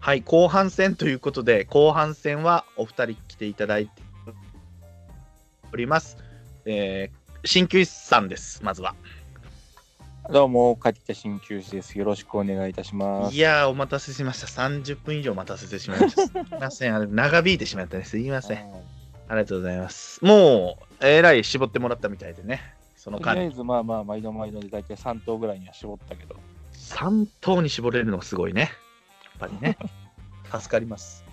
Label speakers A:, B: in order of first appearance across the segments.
A: はい、後半戦ということで、後半戦はお二人来ていただいております。えー、鍼灸師さんです、まずは。
B: どうも、帰ってきた鍼灸師です。よろしくお願いいたします。
A: いやー、お待たせしました。30分以上待たせてしまいました。すいません、あれ長引いてしまったです。すいません。ありがとうございます。もう、えらい絞ってもらったみたいでね、その
B: とりあえ
A: 間、
B: ず、まあまあ、毎度毎度で大体3頭ぐらいには絞ったけど。
A: 3頭に絞れるのがすごいね。やっぱり ね。助かります。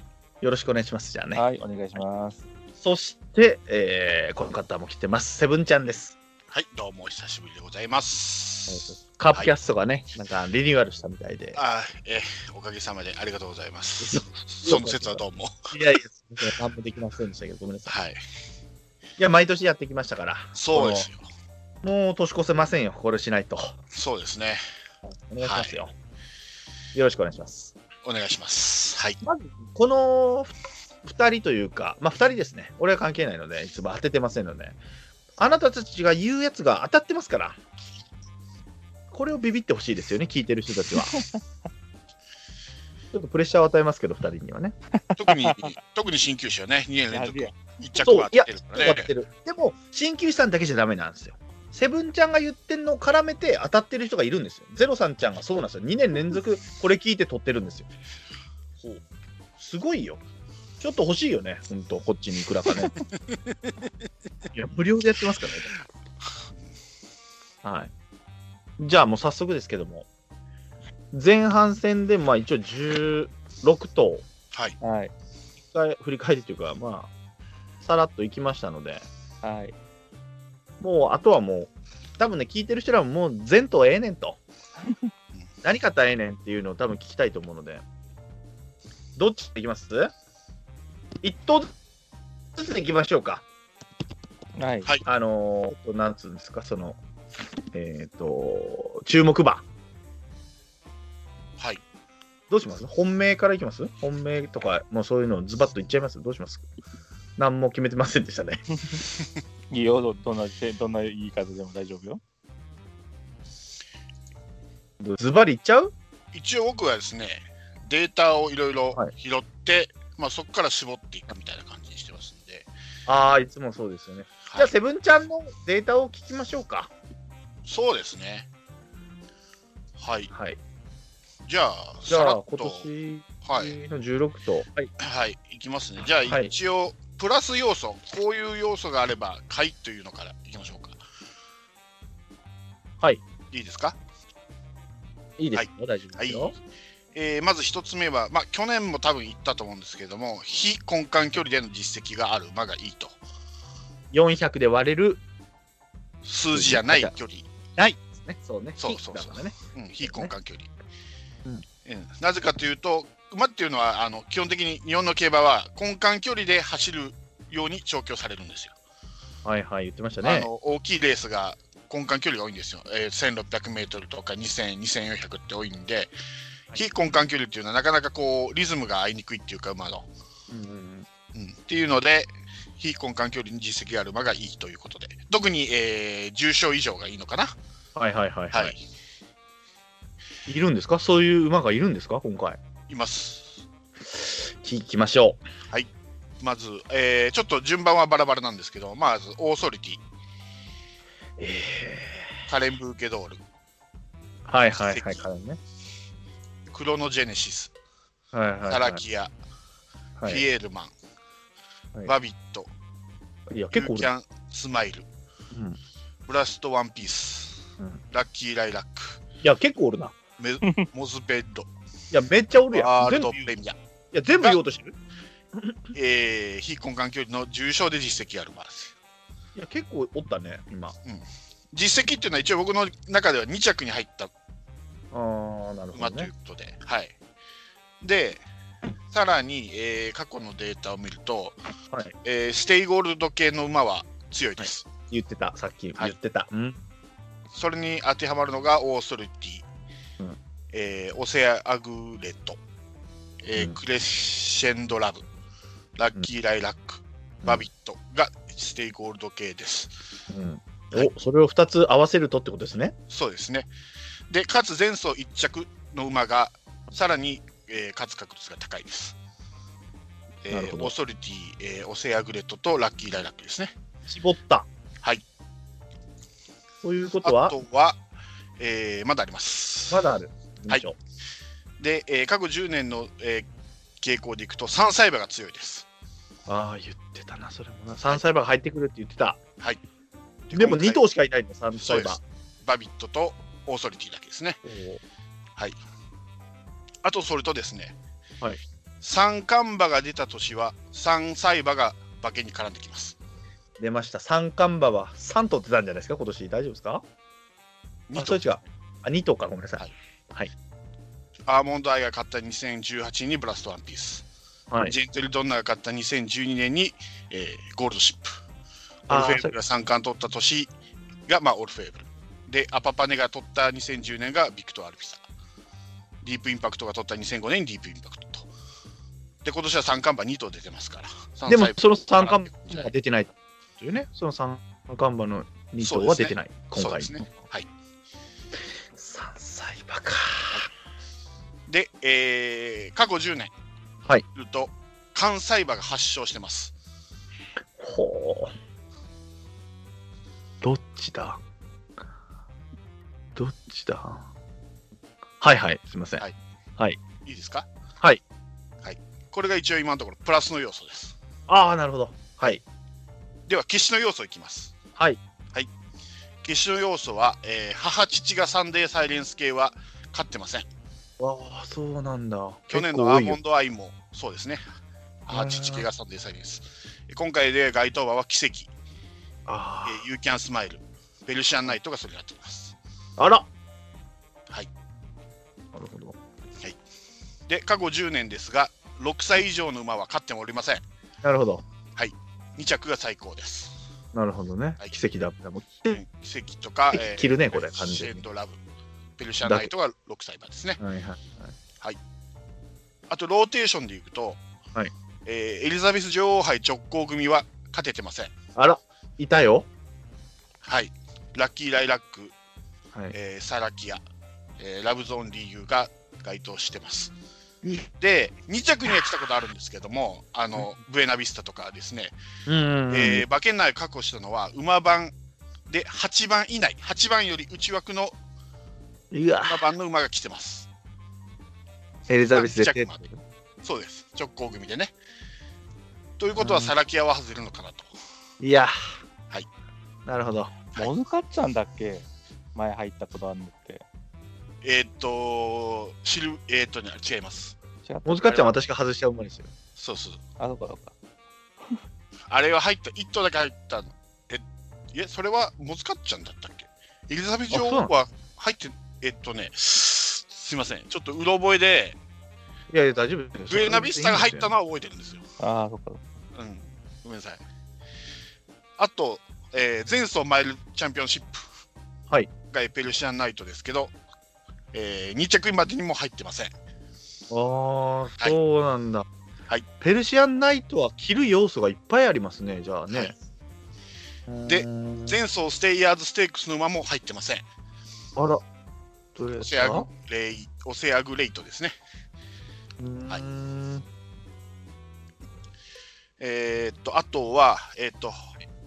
A: よろしくお願いします。じゃあね。
B: はい、お願いします。
A: そして、えーこの方も来てます。セブンちゃんです。
C: はい、どうもお久しぶりでございます。
A: カープキャストがね、なんかリニューアルしたみたいで。
C: あーえー、おかげさまでありがとうございます。その説はどうも。
A: いやいや、すみません何もできませんでしたけど、ごめんなさい。
C: はい、
A: いや、毎年やってきましたから、
C: そうですよ。
A: もう年越せませんよ、これしないと。
C: そうですね。
A: お願いしますよ。よろしくお願いします。
C: お願いします。はい。
A: この2人というか、まあ2人ですね。俺は関係ないので、いつも当ててませんので、あなたたちが言うやつが当たってますから、これをビビってほしいですよね、聞いてる人た ちは。ちょっとプレッシャーを与えますけど、2人にはね。
C: 特に、特に鍼灸師はね、2年連続
B: やべ
C: 一着
A: そう
C: は、
A: い
C: 当
A: や、
C: てるから
A: やって
C: ね。
A: る。でも、鍼灸師さんだけじゃダメなんですよ。セブンちゃんが言ってんのを絡めて当たってる人がいるんですよ。ゼロさんちゃんがそうなんですよ。2年連続これ聞いて取ってるんですよ。そうすごいよ。ちょっと欲しいよね、ほんと、こっちにいくら かね。いや、無料でやってますからね。はい。じゃあもう早速ですけども、前半戦で、まあ一応16頭
C: はい。
B: はい、
A: 一回振り返りというか、まあ、さらっと行きましたので、
B: はい。
A: もうあとはもう、多分ね、聞いてる人らももう前途ええねんと。何買ったらええねんっていうのを多分聞きたいと思うので、どっちでいきます一頭ずつでいきましょうか。
B: はい。
C: はい
A: あのー、なんつうんですか、その、えっ、と、注目馬。
C: はい。
A: どうします本命からいきます本命とか、もうそういうのをズバッといっちゃいますどうします何も決めてませんでしたね。
B: いいよ、どどんな、どんな言い方でも大丈夫よ。
A: ズバリいっちゃう
C: 一応僕はですね、データをいろいろ
A: はい
C: 拾って、まあそこから絞っていくみたいな感じにしてますんで。
A: ああ、いつもそうですよね。じ
C: は
A: ゃあ、
C: い、
A: セブンちゃんのデータを聞きましょうか。
C: そうですね。はい。
A: はい。
C: じゃあ、
A: じ
C: さ
A: ゃ
C: ら
A: あ
C: っ、
A: 今
C: と
A: 年
C: はい。
A: の16頭。はい。
C: はい、いきますね。じゃあ、
A: はい
C: 一応、プラス要素、こういう要素があれば、買いというのからいきましょうか。
A: はい。
C: いいですか、
A: いいですよ、大丈夫ですよ。
C: はいえーまず一つ目は、まあ、去年も多分言ったと思うんですけれども、非根幹距離での実績がある馬がいいと。
A: 400で割れる。
C: 数字じゃない距離、
A: ないですね。そうね。
C: そうそうそう
A: 木だからね。
C: うん、非根幹距離。
A: うん
C: うんなぜかというと、馬っていうのはあの基本的に日本の競馬は根幹距離で走るように調教されるんですよ。
A: はいはい、言ってました
C: あ
A: ね。
C: の大きいレースが根幹距離が多いんですよ、えー、1600m とか2000、2400って多いんで、
A: はい
C: 非根幹距離っていうのは、なかなかこうリズムが合いにくいっていうか、馬の、
A: うんうんうん
C: うん。っていうので、非根幹距離に実績がある馬がいいということで、特に、えー、重賞以上がいいのかな、
A: はいはいはい
C: はい
A: はい。いるんですかそういう馬がいるんですか今回。
C: います。
A: 聞きましょ
C: まず、えーちょっと順番はバラバラなんですけど、まず、オーソリティ、
A: う。え
C: カレンブーケドール、
A: ーはいはいはい。からね
C: クロノジェネシス、
A: はいはいはい。
C: タラキア、
A: は
C: フ
A: い
C: ィエールマン、
A: はい
C: バビット、
A: いや、
C: ユ
A: 結
C: ー
A: 構
C: キャン、スマイル、
A: うんい
C: ブラストワンピース、
A: うん
C: ラッキーライラッ
A: や、結構おるな。
C: ク、メモズベッド、
A: いや、めっちゃおるや
C: ワ
A: ん。
C: ール
A: 全部
C: ド
A: い
C: プレミア、
A: や、全部言おうとしてる
C: えー、非根幹距離の重賞で実績ある馬です。
A: いや、結構おったね、今。
C: 実績っていうのは一応僕の中では2着に入った
A: ああ、なるほ
C: 馬
A: ど
C: とい
A: ね
C: う。ことで、はい。で、さらに、えー過去のデータを見ると、
A: はい
C: えーステイゴールド系の馬は強いです。
A: 言ってた、さっき
C: は
A: 言
C: い
A: ってた。うん
C: それに当てはまるのがオーソリティ、
A: うん
C: えーオセア・アグレット、えー
A: うん
C: クレッシェンド・ラブ、ラッキー・ライラック、バビットがステイゴールド系です。
A: うんおそれを2つ合わせるとってことですね。
C: そうですね。で、かつ前走1着の馬が、さらに、えー勝つ確率が高いです。え
A: なるほ
C: ー、
A: ど
C: オソリティ、えーオセアグレットとラッキーライラックですね。
A: 絞った。
C: はい。
A: ということ
C: あ
A: は、
C: とは、えーまだあります。
A: まだある。
C: はい
A: 印象
C: で、えー過去10年の、えー傾向でいくと3歳馬が強いです。
A: ああ、言ってたな、それもな。3歳馬が入ってくるって言ってた。で
C: で
A: も
C: 今回
A: 2頭しかいないんだ、3
C: そ
A: 歳
C: うで
A: 馬
C: す。。バビットとオーソリティだけですね。あとそれとですね、
A: はい、
C: 三冠馬が出た年は三歳馬が馬券に絡んできます。
A: 出ました、三冠馬は3頭出たんじゃないですか、今年大丈夫ですか
C: 二
A: あ、それ
C: 頭
A: 違う。あ、2頭か、ごめんなさい。
C: アーモンドアイが勝った2018にブラストワンピース、
A: はい。
C: ジェントルドンナが勝った2012年に、えーゴールドシップ、オル
A: あ
C: フ
A: ー
C: ェーブルが三冠取った年が、まあ、オルフェーブル。で、アパパネが取った2010年がビクトアルピサ。ディープインパクトが取った2005年にディープインパクトと。で、今年は三冠馬2頭出てますから。三
A: で
C: 歳
A: も
C: 馬、
A: その三冠馬が出てないというね、その三冠馬の2頭は出てない、今
C: そう
A: 回。
C: ですね。はい。
A: 3歳馬か。
C: で、えー過去10年、
A: はい
C: 見ると関西馬が発症してます。
A: ほう。どっちだどっちだはいはい、すいません。
C: はいいいですか
A: はい。
C: はい。これが一応今のところプラスの要素です。
A: ああ、なるほど。はい。
C: では、決死の要素いきます。
A: はい。
C: はい。決死の要素は、えー母、父がサンデーサイレンス系は勝ってません。
A: わあ、そうなんだ。
C: 去年
A: 結
C: の
A: 構多
C: ア
A: い
C: ー
A: よ
C: モンドアイもそうですね。母、父系がサンデーサイレンス。今回で該当馬は奇跡、
A: あ
C: えー、ユーキャンスマイル、ベルシアンナイトがそれになっています。
A: ーあら
C: はい。
A: なるほど。
C: で、過去10年ですが、6歳以上の馬は勝ってもおりません。
A: なるほど。
C: 2着が最高です。
A: なるほどね。
C: はい
A: 奇跡だったもん。
C: う
A: で
C: ん奇跡とか、えー
A: 切るねこれ完全に
C: シェンドラブ、ペルシャンナイトが6歳馬ですね。
A: はいはいはい。
C: あと、ローテーションでいくと、
A: はい
C: えーエリザベス女王杯直行組は勝ててません。
A: あら、いたよ。
C: はい、ラッキー・ライラック、
A: はい。
C: えーサラキア、えーラブゾーン・リーユが該当してます。で、2着には来たことあるんですけども、あのブエナビスタとかですね、
A: うんうんうん。
C: えー馬券内を確保したのは馬番で8番以内、8番より内枠の
A: うわ
C: 馬番の馬が来てます。
A: エリザベス出て
C: 着までそうです、直行組でね。ということは、
A: うん
C: サラキアは外れるのかなと。
A: いや。
C: はい。
A: なるほど。
B: モズカッチャンだっけ前入ったことあるのって。
C: えーっ、と、シル、えーっ、とね、違います。
B: 違った
A: モズカッチャンは私が外しちゃう馬ですよ。
C: そうそう。
B: あ、そうかそうか。
C: あれは入った、1頭だけ入ったの。え、いや、それはモズカッチャンだったっけエリザベス女王は入って、えーっ、とね、すいません、ちょっとうろ覚えで、
A: いやいや、大丈夫です
C: ブ
A: よ
C: エナビスタが入ったの
A: い
C: は覚えてるんですよ。
B: ああ、そうか。
C: うん、ごめんなさい。あと、えー前走マイルチャンピオンシップ。
A: はい。
C: がペルシアンナイトですけど、え2着までにも入ってません。
A: いんですよ。ああ、そうなんだ。
C: はい。
A: ペルシアンナイトは着る要素がいっぱいありますね、じゃあ
C: は
A: ね
C: い。で前走ステイヤーズステークスの馬も入ってません。
A: あら。どれ
C: オ
A: で
C: セアグレイ、オセアグレイトですね。はいうえーっと、あとは、えーっと、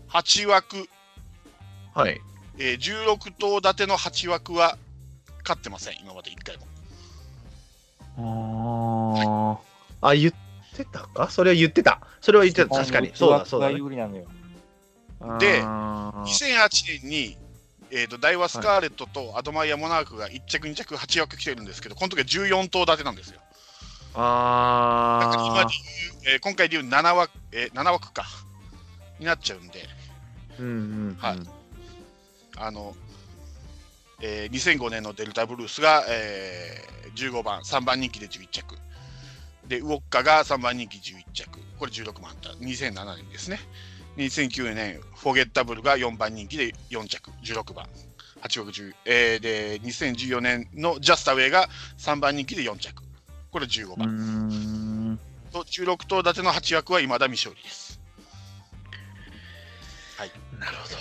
C: 8枠、
A: はい。
C: えー16頭立ての8枠は勝ってません。今まで1回も。
A: ああ。あ、言ってたかそれは言ってた。それは言ってた。確かに。そうだ、そうだ
B: 内枠
A: ね。
B: が有利なのよ。
C: で
A: あー
C: 2008年に、えーっと、ダイワスカーレットとアドマイヤモナークが1着、2着、8枠来てるんですけど、この時は14頭立てなんですよ。だから今
A: あ
C: で言う、えー今回で言う7枠、えー7枠か、になっちゃうんで、
A: ー。うんうんうん。
C: はいあの、えー2005年のデルタブルースが、えー15番、3番人気で11着。で、ウォッカが3番人気11着。これ16万あった。2007年ですね。2009年、フォゲッタブルが4番人気で4着、16番。8億10、えーで、2014年のジャスタウェイが3番人気で4着。これ15
A: うー
C: 番。
A: ん。
C: と、16頭立ての8枠は未だ未勝利です。
A: なるほど。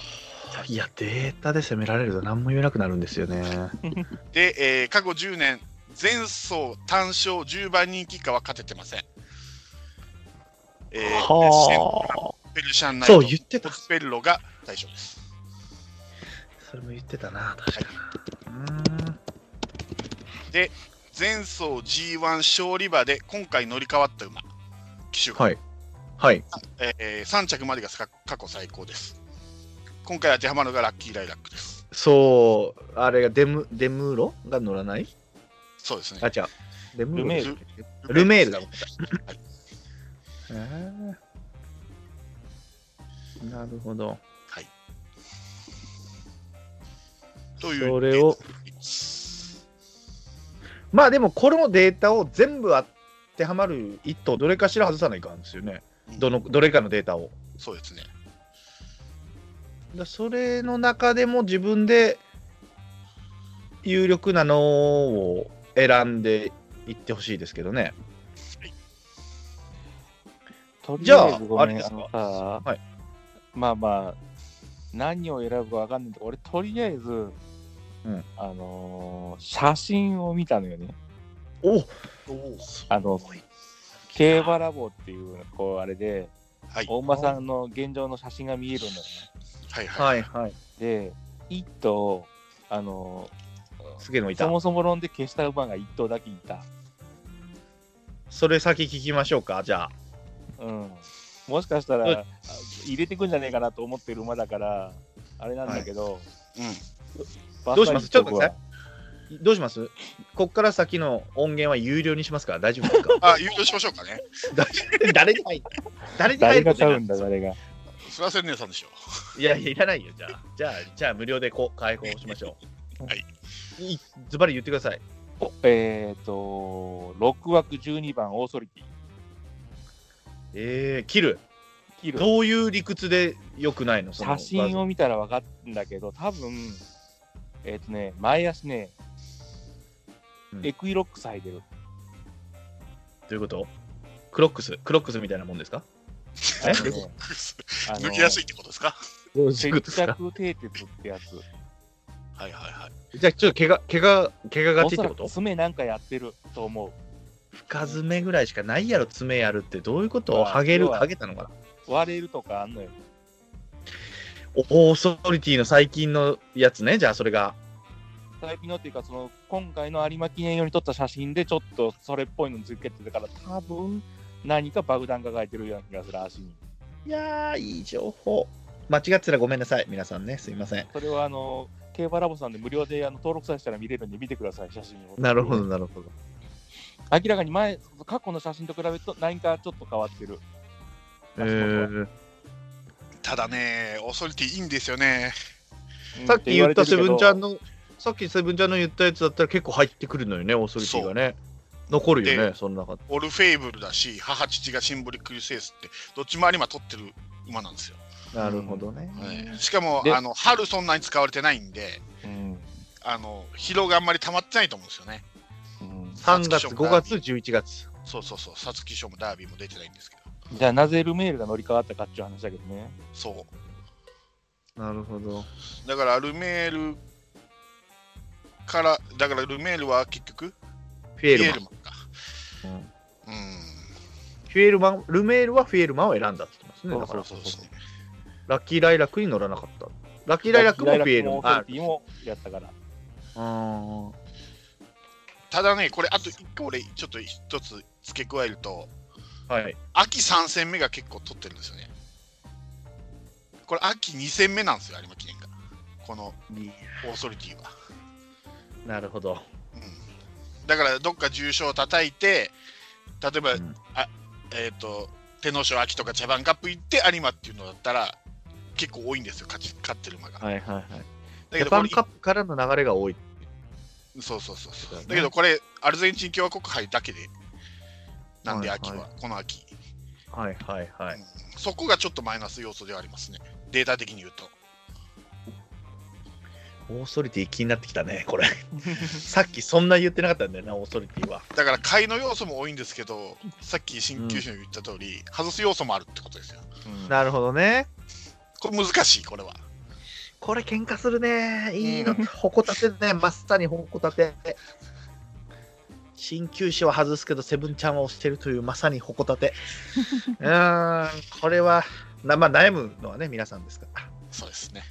A: いや、データで攻められると何も言えなくなるんですよね。
C: で、えー過去10年前走単勝10番人気以下は勝ててません。えー、
A: は
C: ペルシャンナイ
A: そ
C: ト、
A: う、言って
C: ポ
A: た。
C: スペッロが対象です。
A: それも言ってたな、確かに。うーん
C: 前走 G1 勝利馬で今回乗り換わった馬、騎手が、
A: はい。はい。
C: えー3着までが過過去最高です。今回当てはまるのがラッキーライラックです。
A: そう、あれがデム、デムーロが乗らない
C: そうですね
A: あ、。違う。デムーロ
B: ルメール
A: ルメールだもん。
C: はい
A: えーなるほど。
C: はい。という
A: それを、
C: データです
A: まあでもこのデータを全部当てはまる一頭どれかしら外さないかんですよね。どのどれかのデータを。
C: そうですね。
A: だそれの中でも自分で有力なのを選んでいってほしいですけどね。
B: とり
A: じゃ
B: あえ
A: あ
B: ずご
A: あれ
B: め
A: で
B: ん、
A: す
B: あ
A: か
B: のさ、
A: はい
B: まあまあ、何を選ぶかわかんないけど、俺、とりあえず、
A: ん
B: あのー写真を見たのよね。
A: お
B: あの、競馬ラボっていう、こう、あれで、
C: はい。
B: 大馬さんの現状の写真が見えるのよね。
C: はいはい。
A: はいはい。
B: で、一頭、あの
A: すげえのい
B: ーそ
A: た。
B: もそも論で消した馬が一頭だけいた。
A: それ先聞きましょうか、じゃあ。
B: うん、もしかし
A: う
B: た
A: ん
B: らあ入れてくんじゃねえかなと思ってる馬だからあれなんだけど、
C: うん。
A: どうしますちょっと待って
B: ね
A: どうしますこっから先の音源は有料にしますから大丈夫です か
C: あ、優勝しましょうかね。
A: 誰に入る誰に入
B: 誰
A: る
B: が
A: こ
B: ち
A: と
B: ゃ
A: にな
B: う
A: る
B: んだ誰が
C: それは千年さんでしょ
A: いやいや、いらないよ、じゃあ。じゃあ、じゃあ無料でこう開放しましょ う。
C: はい
A: い。ズバリ言ってください。
B: おえっ、ー、と6枠12番オーソリティ
A: えー、切る。
B: キル
A: どういう理屈で良くないのその
B: 写真を見たら分かるんだけど多分えっ、とね前足ね、
A: うん
B: エクイロックス履いてる
A: どういうことクロックスクロックスみたいなもんですか
B: あのね
C: う。
B: あの
C: 抜きやすいってことですか
A: どう
B: 接
A: いうことですか
B: 着蹄鉄ってやつ
C: はいはいはい。
A: じゃあちょっと怪我怪我怪我が
B: お
A: ちっ
B: そ
A: て
B: ら
A: こ
B: く
A: と
B: 爪なんかやってると思う
A: 深爪ぐらいしかないやろ爪やるってどういうこと
B: まあ
A: ハゲる
B: 要は
A: ハゲたのかな
B: 割れるとかあんのよ
A: オーソリティの最近のやつねじゃあそれが
B: 最近のっていうかその今回の有馬記念用に撮った写真でちょっとそれっぽいのつけてたから多分何か爆弾抱えてるような気がする足に
A: いやーいい情報間違ってたらごめんなさい皆さんねすいません
B: それはあの競馬ラボさんで無料であの登録させたら見れるんで見てください写真を
A: なるほどなるほど
B: 明らかに前過去の写真と比べると何かちょっと変わってる
A: えー
C: ただね、オーソリティいいんですよね。
A: さっき言ったセブンちゃん
B: の
A: のさっきセブンちゃんの言ったやつだったら結構入ってくるのよねオーソリティがね残るよねその中で
C: オルフェイブルだし、母父がシンボリックリセースって、どっちも有馬取ってる馬なんですよ。
A: なるほどね、
C: はい、しかも、
B: で
C: あの春そんなに使われてないんで、
B: うん、
C: あの疲労があんまり溜まってないと思うんですよね。
B: うん
A: 3月5月11月
C: そうそうそう、皐月賞もダービーも出てないんですけど、
B: じゃあなぜルメールが乗り換わったかっていう話だけどね
C: そ
A: なるほど
C: う、だからルメールから、だからルメールは結局、
A: フィエ
C: ピエ
A: ル
C: ー
A: マ
C: ル
A: ン
C: マンか。
A: うん
C: うん、
A: フィエルマンルメールはフィエルマンを選んだって言ってますねだか
B: そ
A: ら
B: う
C: そうですね。
A: ラッキーライラックに乗らなかったラッキーライラックもフィエルマン
B: オーソリティもやったから
A: あ
C: ただね、これ、あと一個俺、ちょっと一つ付け加えると、
A: ーはい
C: 秋3戦目が結構取ってるんですよね。これ、秋2戦目なんですよ、有馬記念が。このオーソリティは。
A: なるほど
C: うんだからどっか重賞を叩いて例えば、
A: うん
C: あえっ、と天皇賞秋とか茶番カップ行って有馬っていうのだったら結構多いんですよ勝ち勝ってる馬が。
A: はいはいはい
C: だ
A: ジ
C: け
A: ャ
C: ど
A: パ
C: こ
A: ン
C: れ
A: カップからの流れが多い
C: そうそうそうそう
A: だ
C: だ,、
A: よね
C: けどこれアルゼンチン共和国杯だけでなんで
A: はい
C: 秋は、
A: は
C: この秋、
A: はいはいは
C: う
A: い
C: んそこがちょっとマイナス要素ではありますねデータ的に言うと
A: オーソリティ気になってきたねこ れさっきそんな言ってなかったんだよなオーソリティは
C: だから買いの要素も多いんですけどさっき新球種の言った通り、外す要素もあるってことですよ
B: うん
A: なるほどね
C: これ難しいこれは
A: これ喧嘩するねいい
C: うん
A: のほこたてねまさにほこたて鍼灸師は外すけどセブンちゃんは押してるというまさにほこた てうーんこれはな、まあ、悩むのはね皆さんですから
C: そうですね。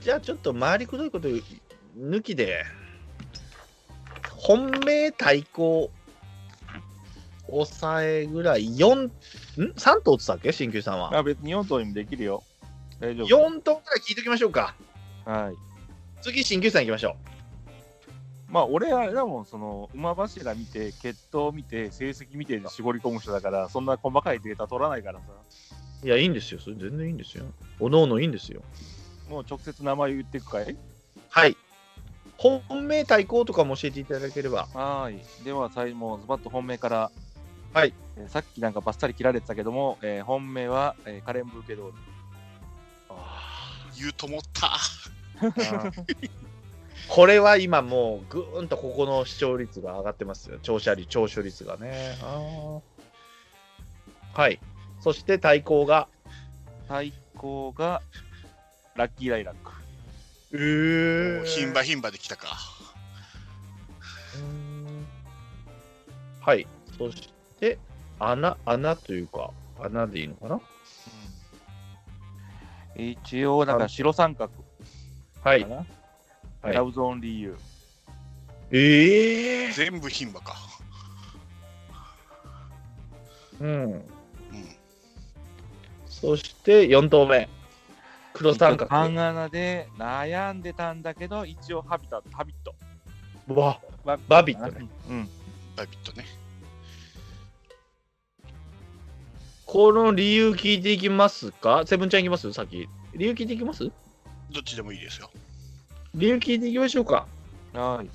A: じゃあちょっと回りくどいこと抜きで本命対抗抑えぐらい4ん3頭打つたっけ鍼灸さんは
B: あ別に4頭にもできるよ。大丈夫。
A: 4頭ぐらい聞いときましょうか
B: はい。
A: 次鍼灸さんいきましょ
B: まあ俺あれだもん、その馬柱見て、血統見て、成績見て絞り込む人だから、そんな細かいデータ取らないからさ、
A: ういやいいんですよそれ全然いいんですよおのおのいいんですよ
B: もう直接名前言ってくかい
A: はい本命対抗とかも教えていただければ
B: はーい。では、最後、もうズバッと本命から。
A: はい。
B: えーさっきなんかバッサリ切られてたけども、えー本命は、えーカレンブーケ ドール。
C: 言うと思った。
A: これは今もうぐーんとここの視聴率が上がってますよ。聴者率、聴取率がね。はい。そして対抗が。
B: 最高が、ラッキーライラック。
A: え
C: もうヒンバヒンバできたか。
A: はい。そして、穴、穴というか、穴でいいのかな
B: 一応、なんか白三角
A: は
B: か
A: い。
B: な。
A: はい
B: ラブゾーンリーユ
A: ええ
C: 全部ヒンバか。
A: うん。
C: うん。
A: そして、4投目。黒三角。
B: 半穴で悩んでたんだけど、一応ハビタ、ハビット。
A: うわ、
B: バ
A: バビットね。
B: うん。
C: バビットね。
A: この理由聞いていきますかセブンちゃんいきます先。理由聞いていきます
C: どっちでもいいですよ。
A: 理由聞いていきましょうか。
B: はい。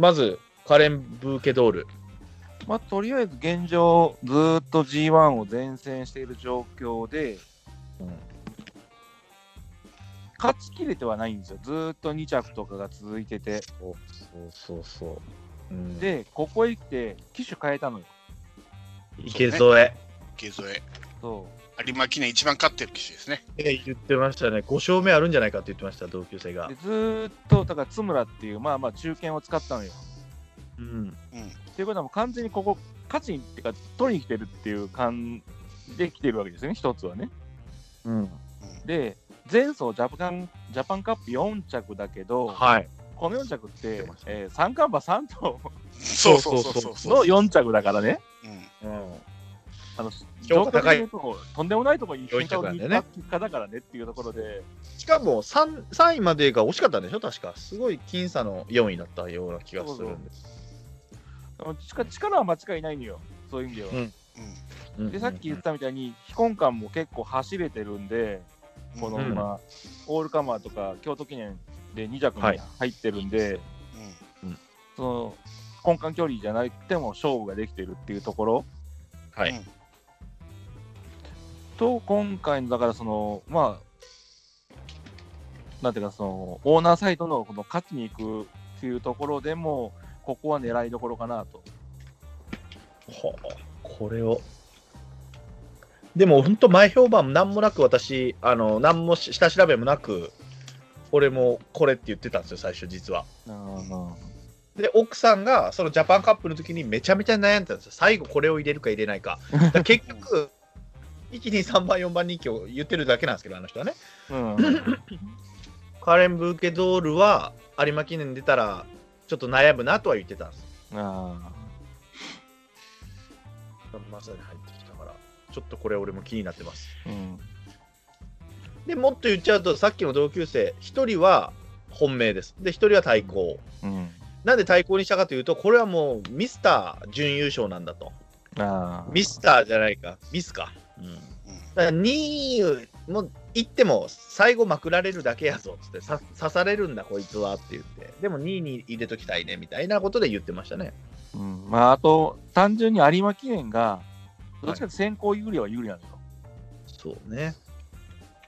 A: まず、カレン・ブーケドール。
B: まあ、とりあえず現状、ずーっと G1 を前線している状況で、勝ちきれてはないんですよ。ずーっと2着とかが続いてて。
A: そうそうそう。うん、
B: で、ここへ来て、機種変えたのよ。
A: 池添、
C: 池添。
B: そ
C: 有馬記念一番勝ってる騎手ですね。
A: え言ってましたね。5勝目あるんじゃないかって言ってました、同級生
B: う。
A: が
B: で、。ずーっと、だから、津村っていう、まあまあ、中堅を使ったのよ。
A: うん、
C: うん。
B: っていうことは、もう完全にここ、勝ちにってか、取りに来てるっていう感じで来てるわけですよね、一つはね。
A: うん、
B: で、前走ジャパン、ジャパンカップ4着だけど、
A: はい。
B: この4着って
A: 出まし、た
B: えー三冠馬3頭
C: そうそうそうそうそ
B: の
C: う。
B: 4着だからね。
C: うん。
A: うん、
B: あの
A: 評価高い
B: 状況で言うととんでもないところに
A: 4着なんだよね
B: 結果だからねっていうところで、
A: しかも 3, 三位までが惜しかったんでしょ、確か。すごい僅差の4位だったような気がするんです。
B: でも力力は間違いないのよ、そういう意味では。
A: うん
C: うん。
A: うん
B: で、さっき言っ、たみたいに、非婚感も結構走れてるんで、この
A: うん
B: まあオールカマーとか京都記念で2着に
A: はい
B: 入ってるんで、
C: うん。
B: その根幹距離じゃなくても勝負ができてるっていうところ
A: はい
C: うん
B: と、今回のだから、そのまあ、なんていうか、そのオーナーサイドのこの勝ちに行くっていうところでも、ここは狙いどころかなと。
A: ほうこれを。でも本当前評判何もなく私あの何もし下調べもなく俺もこれって言ってたんですよ最初実は で奥さんがそのジャパンカップの時にめちゃめちゃ悩んでたんですよ最後これを入れるか入れないかだから結局123番4番人気を言ってるだけなんですけどあの人はね
B: うん、
A: カレン・ブーケドールは有馬記念出たらちょっと悩むなとは言ってたんです
B: あ
A: まさに入ってきたからちょっとこれ俺も気になってます
B: ーうん、
A: でもっと言っちゃうとさっきの同級生1人は本命ですで1人は対抗
B: うん、
A: なんで対抗にしたかというとこれはもうミスター準優勝なんだと
B: あー
A: ミスターじゃないかミスか、うん、だから2位も行っても最後まくられるだけやぞっつってさ刺されるんだこいつはって言ってでも2位に入れときたいねみたいなことで言ってましたね
B: うん、まあ、あと、単純に有馬記念が、どっちかって先行有利は有利なのよ。
A: そうね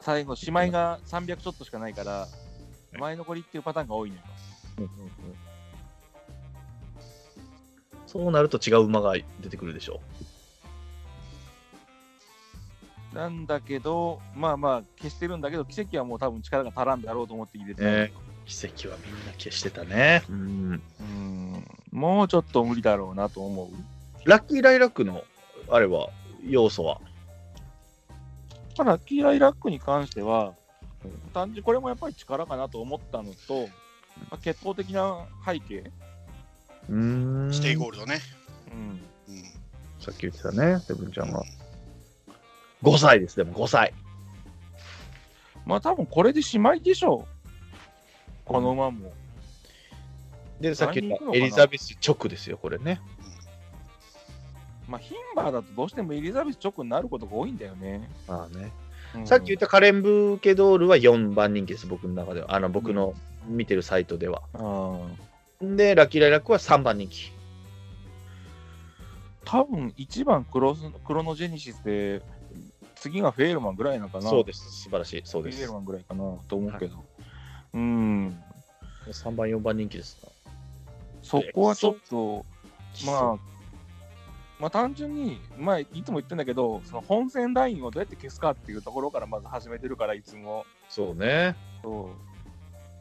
B: 最後、姉妹が300ちょっとしかないから、
A: い
B: 前残りっていうパターンが多いのよ。
A: そうなると違う馬が出てくるでしょ
B: なんだけど、まあまあ、消してるんだけど、奇跡はもう多分力が足らんだろうと思って入れてた、
A: ね奇跡はみんな消してたね。うん。
B: うんもうちょっと無理だろうなと思う。
A: ラッキーライラックの、あれは、要素は。
B: まあ、ラッキーライラックに関しては、単純にこれもやっぱり力かなと思ったのと、まあ、決闘的な背景、
A: うーん
C: ステイゴールドね。
B: うん、
C: うん
A: さっき言ってたね、セブンちゃんが。5歳です、でも5歳。
B: まあ多分これでしまいでしょう、この馬も。
A: で、さっき言っ
B: 何人行く
A: た
B: のか
A: エ
B: な
A: リザベス直ですよ、これね。
B: まあ、牝馬だとどうしてもエリザベス直になることが多いんだよね。
A: まあね。
B: うん
A: さっき言ったカレン・ブーケドールは4番人気です、僕の中では。あの、僕の見てるサイトでは。
B: うん
A: で、ラッキーライラックは3番人気。
B: 多分1番クロスクロノジェニシスで、次がフェールマンぐらいなのかな。
A: そうです、素晴らしい。そうで
B: フェー
A: す
B: ル。マンぐらいかなと思うけど。うん、
A: 3番、4番人気ですか。
B: そこはちょっと。まあ、まあ、単純に、まあ、いつも言ってんだけど、その本線ラインをどうやって消すかっていうところからまず始めてるから、いつも。
A: そうね。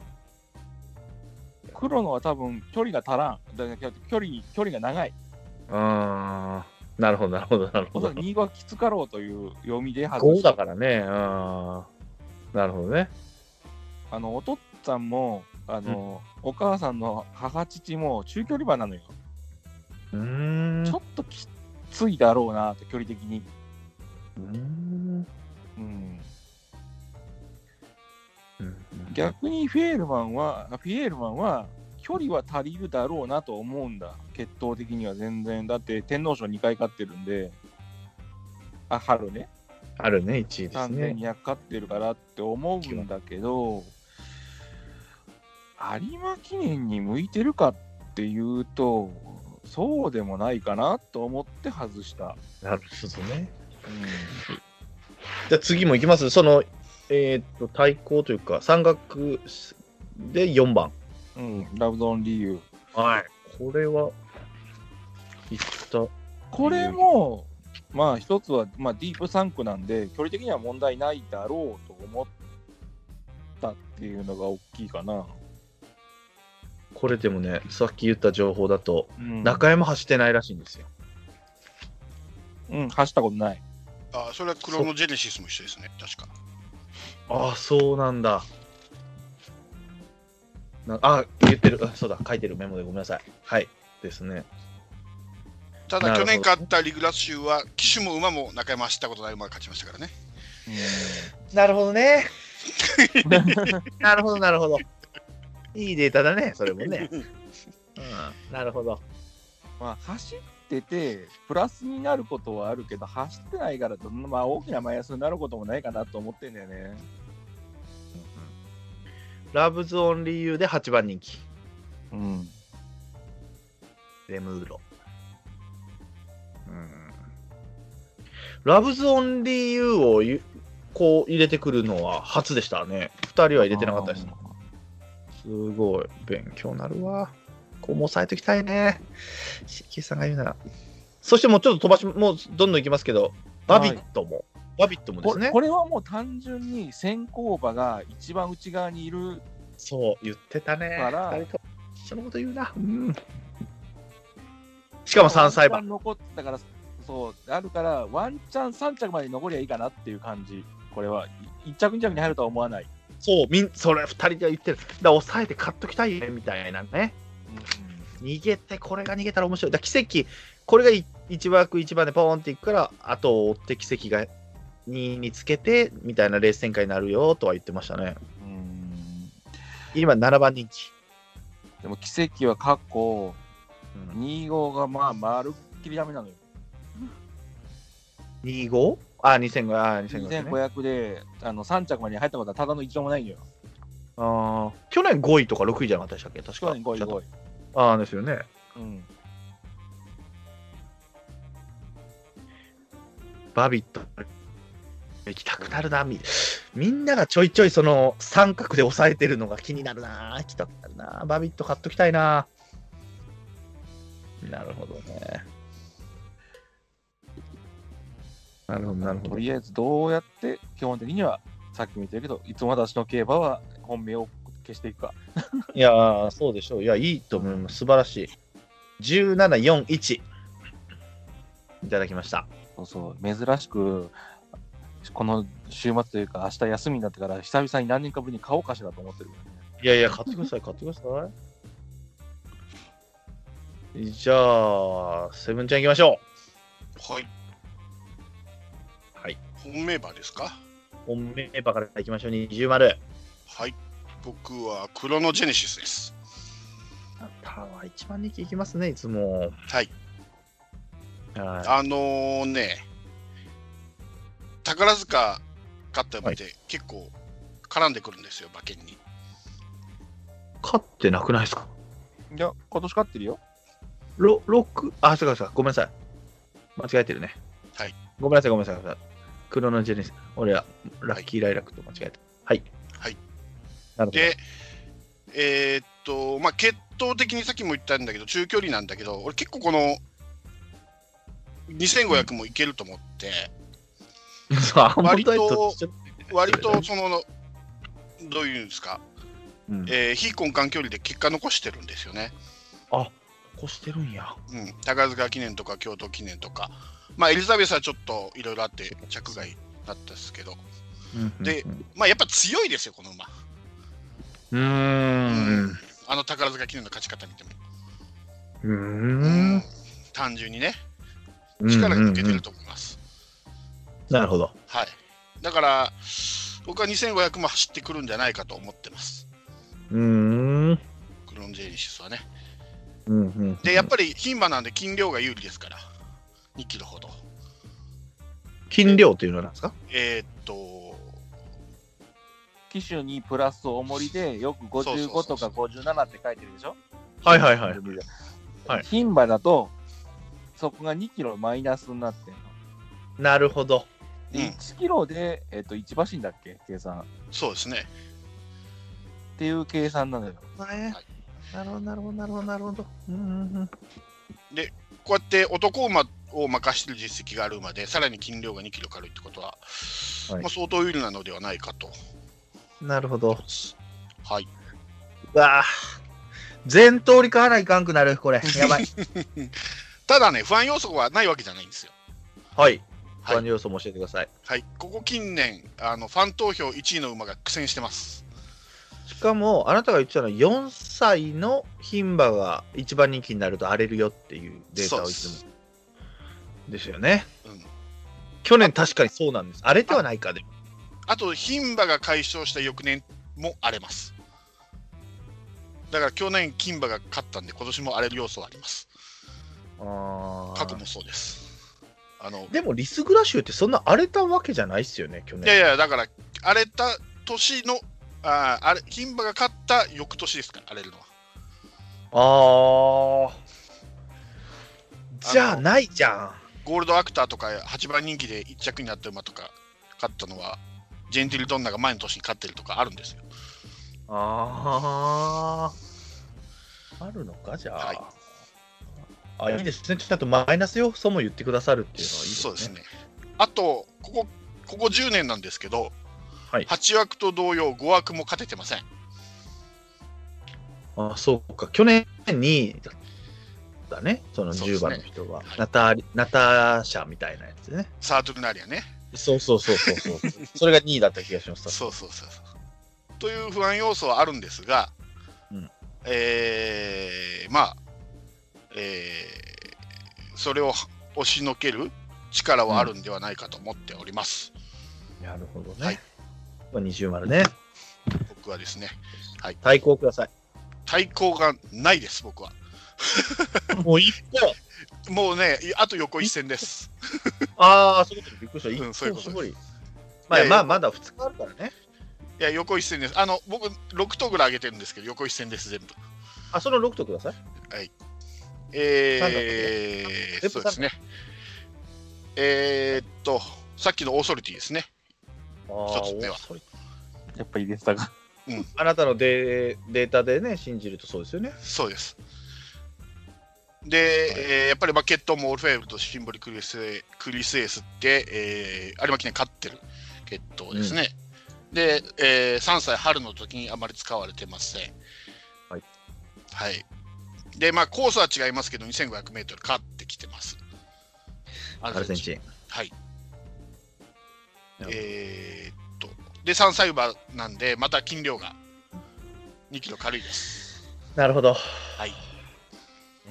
B: そう黒のは多分距離が足らん。だから距離距離が長い。
A: あーなるほど、なるほど、なる
B: お
A: ほ
B: そ
A: ど
B: らく。2はきつかろうという読みで外
A: 5
B: し
A: だからね。あーなるほどね。
B: あのお父さんもあの、お母さんの母父も中距離馬なのよ。
A: うーん。
B: ちょっときついだろうなと、距離的に。
A: うーん
B: うん
A: うん
B: 逆にフェールマンは、あフィエールマンは、距離は足りるだろうなと思うんだ、決闘的には全然。だって天皇賞2回勝ってるんで、あ、春ね、
A: あるね、1位ですね。
B: 3200勝ってるからって思うんだけど、有馬記念に向いてるかっていうと、そうでもないかなと思って外した。
A: なるほどね。
B: うん
A: じゃあ次も行きます。その、えーっと、対抗というか、山岳で4番。
B: うん、ラブドン理由。
A: はい。これは、いった。
B: これも、まあ一つは、まあ、ディープサンクなんで距離的には問題ないだろうと思ったっていうのが大きいかな、
A: これでもね、さっき言った情報だと、
B: うん、
A: 中山走ってないらしいんですよ。
B: うん走ったことない
C: あそれはクロノジェネシスも一緒ですね、確か。
A: ああ、そうなんだ。なあ、言ってる。あそうだ、書いてるメモでごめんなさい。はい。ですね。
C: た
A: な
C: だ、
A: るほ
C: 去
A: ど
C: 年勝ったリグラス州は、騎手も馬も中山走ったことない馬が勝ちましたからね。
A: なるほどね。 なるほど、なるほど。いいデータだね、それもね。うん、なるほど。
B: まあ走っててプラスになることはあるけど走ってないからと、まあ、大きなマイナスになることもないかなと思ってんだよね
A: ラブズオンリーユーで8番人気。
B: うん
A: レムーロ。うん。ラブズオンリーユーをゆこう入れてくるのは初でしたね。2人は入れてなかったです。すごい。勉強になるわ。ここも押さえときたいね。CK さんが言うなら。そしてもうちょっと飛ばし、もうどんどんいきますけど、バビットも。バビットもで
B: こ
A: す
B: れ
A: ね。
B: これはもう単純に先行馬が一番内側にいる
A: そう、言ってたね。
B: から
A: 二人とも一緒のこと言うな。うん。しかも3歳馬。
B: ワンチャン残ったからそうあるからワンチャン3着まで残りゃいいかなっていう感じこれは1着2着に入るとは思わない、
A: そう、みんそれ2人で言ってる。だから抑えて買っときたいね、みたいなね。逃げて、これが逃げたら面白い。だから奇跡、これがい一枠一番でポーンっていくから、後を追って奇跡が2につけて、みたいなレース展開になるよとは言ってましたね。
B: うん
A: 今、7番人気。
B: でも奇跡は過去
A: うん、
B: 2号がまあまるっきりダメなのよ
A: 25? あ、2500。あ、2500、ね。
B: 2500であの3着まで入ったことはただの一度もないのよ
A: あー去年5位とか6位じゃなかったでしたっけ確か
B: 去年5位5位、
A: ああ、ですよね。
B: うん、
A: バビット行きたくなるなみみんながちょいちょいその三角で押さえてるのが気になるな行きたくなるなバビット買っときたいななるほどねなるほどなるほ
B: と
A: ど
B: りあえずどうやって基本的にはさっきも言ったけどいつも私の競馬は本命を消していくか
A: いやー、そうでしょう。いや、いいと思います。素晴らしい。1741。いただきました。
B: そうそう、珍しく、この週末というか、明日休みになってから、久々に何年かぶりに買おうかしらと思ってる。
A: いやいや、買ってください、買ってください。 じゃあ、セブンちゃん行きましょ
C: はい。
A: はい。
C: 本命馬ですか
A: う。本命馬から行きましょう。20丸。
C: はい。僕はクロノジェネシスです。
A: あなたは一番人気いきますね、いつも。
C: はい。
A: は
C: あのーね、宝塚勝った馬って、結構絡んでくるんですよ、馬券に。
A: い。勝ってなくないですか
B: いや、今年買ってるよ。
A: ロロックあ、そうかそうか、ごめんなさい。間違えてるね。
C: はい。
A: ごめんなさい、ごめんなさい。ごめんなさいクロノジェネシス。俺ら、ラッキーライラックと間違えた。はい。
C: はい。
A: なるほど。
C: で、えーっと、まあ、決闘的にさっきも言ったんだけど、中距離なんだけど、俺結構この2500もいけると思って、
A: そう、アーモン
C: 割
A: ド
C: と
A: アイとちょっ
C: 割とその、どういうんですか、
B: うん
C: えー非根幹距離で結果残してるんですよね。
A: としてるんや。
C: うん、高塚記念とか京都記念とか、まあ、エリザベスはちょっといろいろあって着外だったですけど、でまあ、やっぱ強いですよ、この馬。
A: うん、うーん。
C: あの宝塚記念の勝ち方見ても。
A: うーん。
C: 単純にね、
A: うん
C: 力が抜けて
A: うんうん
C: ると思います。
A: なるほど。
C: はい。だから、僕は2500も走ってくるんじゃないかと思ってます。
A: うーん。
C: クロンジェリシスはね。
A: うんうん
C: で、やっぱり牝馬なんで斤量が有利ですから、2キロほど。
A: 金量というのはなんですか
C: えー、っと、
B: 機種にプラス重りでよく
C: そうそう
B: 55
C: そ
B: と
C: うそ
B: か
C: う
B: 57って書いてるでしょ
A: はいはいはい。はい
B: 牝馬だとそこが2キロマイナスになってんの
A: なるほど。
C: う
B: で
C: ん、
B: 1キロで、えっと1馬身だっけ計算っ
C: そうですね。
B: ていう計算なのよ
A: なるほど、なるほど、なるほど、なるほど。うんうん
C: こうやって男馬を任してる実績がある馬で、さらに斤量が2キロ軽いってことは、
A: はい
C: まあ、相当有利なのではないかと。
A: うんなるほど。
C: はい。
A: うわあ。全通り買わないかんくなる、これ。やばい。
C: ただね、不安要素はないわけじゃないんですよ。
A: はい。
C: はい
A: 他の要素も教えてください。
C: はい、ここ近年あの、ファン投票1位の馬が苦戦してます。
A: しかも、あなたが言ってたのは、4歳の牝馬が一番人気になると荒れるよっていうデータをいつも
C: そ。
A: ですよね。
C: うん
A: 去年確かにそうなんです。荒れてはないかでも。
C: あと、牝馬が解消した翌年も荒れます。だから去年、牝馬が勝ったんで、今年も荒れる要素はあります。
A: あー
C: 過去もそうです。あの
A: でもリスグラシュってそんな荒れたわけじゃないっすよね、去
C: いや
A: 年。
C: いや、だから、荒れた年の、あーあれ牝馬が勝った翌年ですから、荒れるのは。
A: ああ。じゃあ
C: あの
A: ないじゃ
C: ゴールドアクターとか8番人気で1着になった馬とか勝ったのは、ジェンティルドンナが前の年に勝ってるとかあるんですよ。
A: ん。ああ。あるのか、じゃあ。
C: はい
A: あいいですね、ちゃんとマイナス要素も言ってくださるっていうのはいいですね。
C: そうですね。あと、ここ、ここ10年なんですけど、
A: はい
C: 8枠と同様、5枠も勝ててません。
A: あそうか、去年に、だね、その10番の人が、
C: そうですね
A: ナタリナターシャみたいなやつね。
C: サートルナリアね。
A: そうそうそうそうそう。 それが2位だった気がします。
C: そうそうそうそう。という不安要素はあるんですが、
A: うん
C: えーまあ、えーそれを押しのける力はあるんではないかと思っております。
A: なるほど
C: は
A: ね
C: い。
A: まあ、20丸 ね。
C: 僕はですね、
A: 対抗ください。
C: 対抗がないです、僕は。
A: もう一歩
C: もうね、あと横一線です。
A: ああ、そういうことびっくりした。一
C: うんそういう
A: 歩
C: こと
A: 絞り。まあ、
C: いやいや
A: まあ、まだ2日あるからね。
C: いや、横一線です。あの、僕、6頭ぐらい上げてるんですけど、横一線です、全部。
A: あ、その6とください。
C: え
A: 全
C: ー、
A: 部
C: そうですね。えー、っと、さっきのオーソリティですね。
A: ああ
C: 一つ目は
A: 恐れ
B: やっぱ入れてたが
A: あなたのデーデータでね、信じるとそうですよね。
C: そうです。で、えーやっぱりバケットもオルフェーブルとシンボリクリスエクリスエスって、えー、有馬記念勝ってる決闘ですね。で、え3歳春の時にあまり使われてません。はい。で、まあ、コースは違いますけど、2500メートル勝ってきてます。ア
A: アルゼンチン。
C: はい
A: なるほど。
C: えーっと、で、3歳馬なんで、また斤量が2キロ軽いです。
A: なるほど。
C: はい。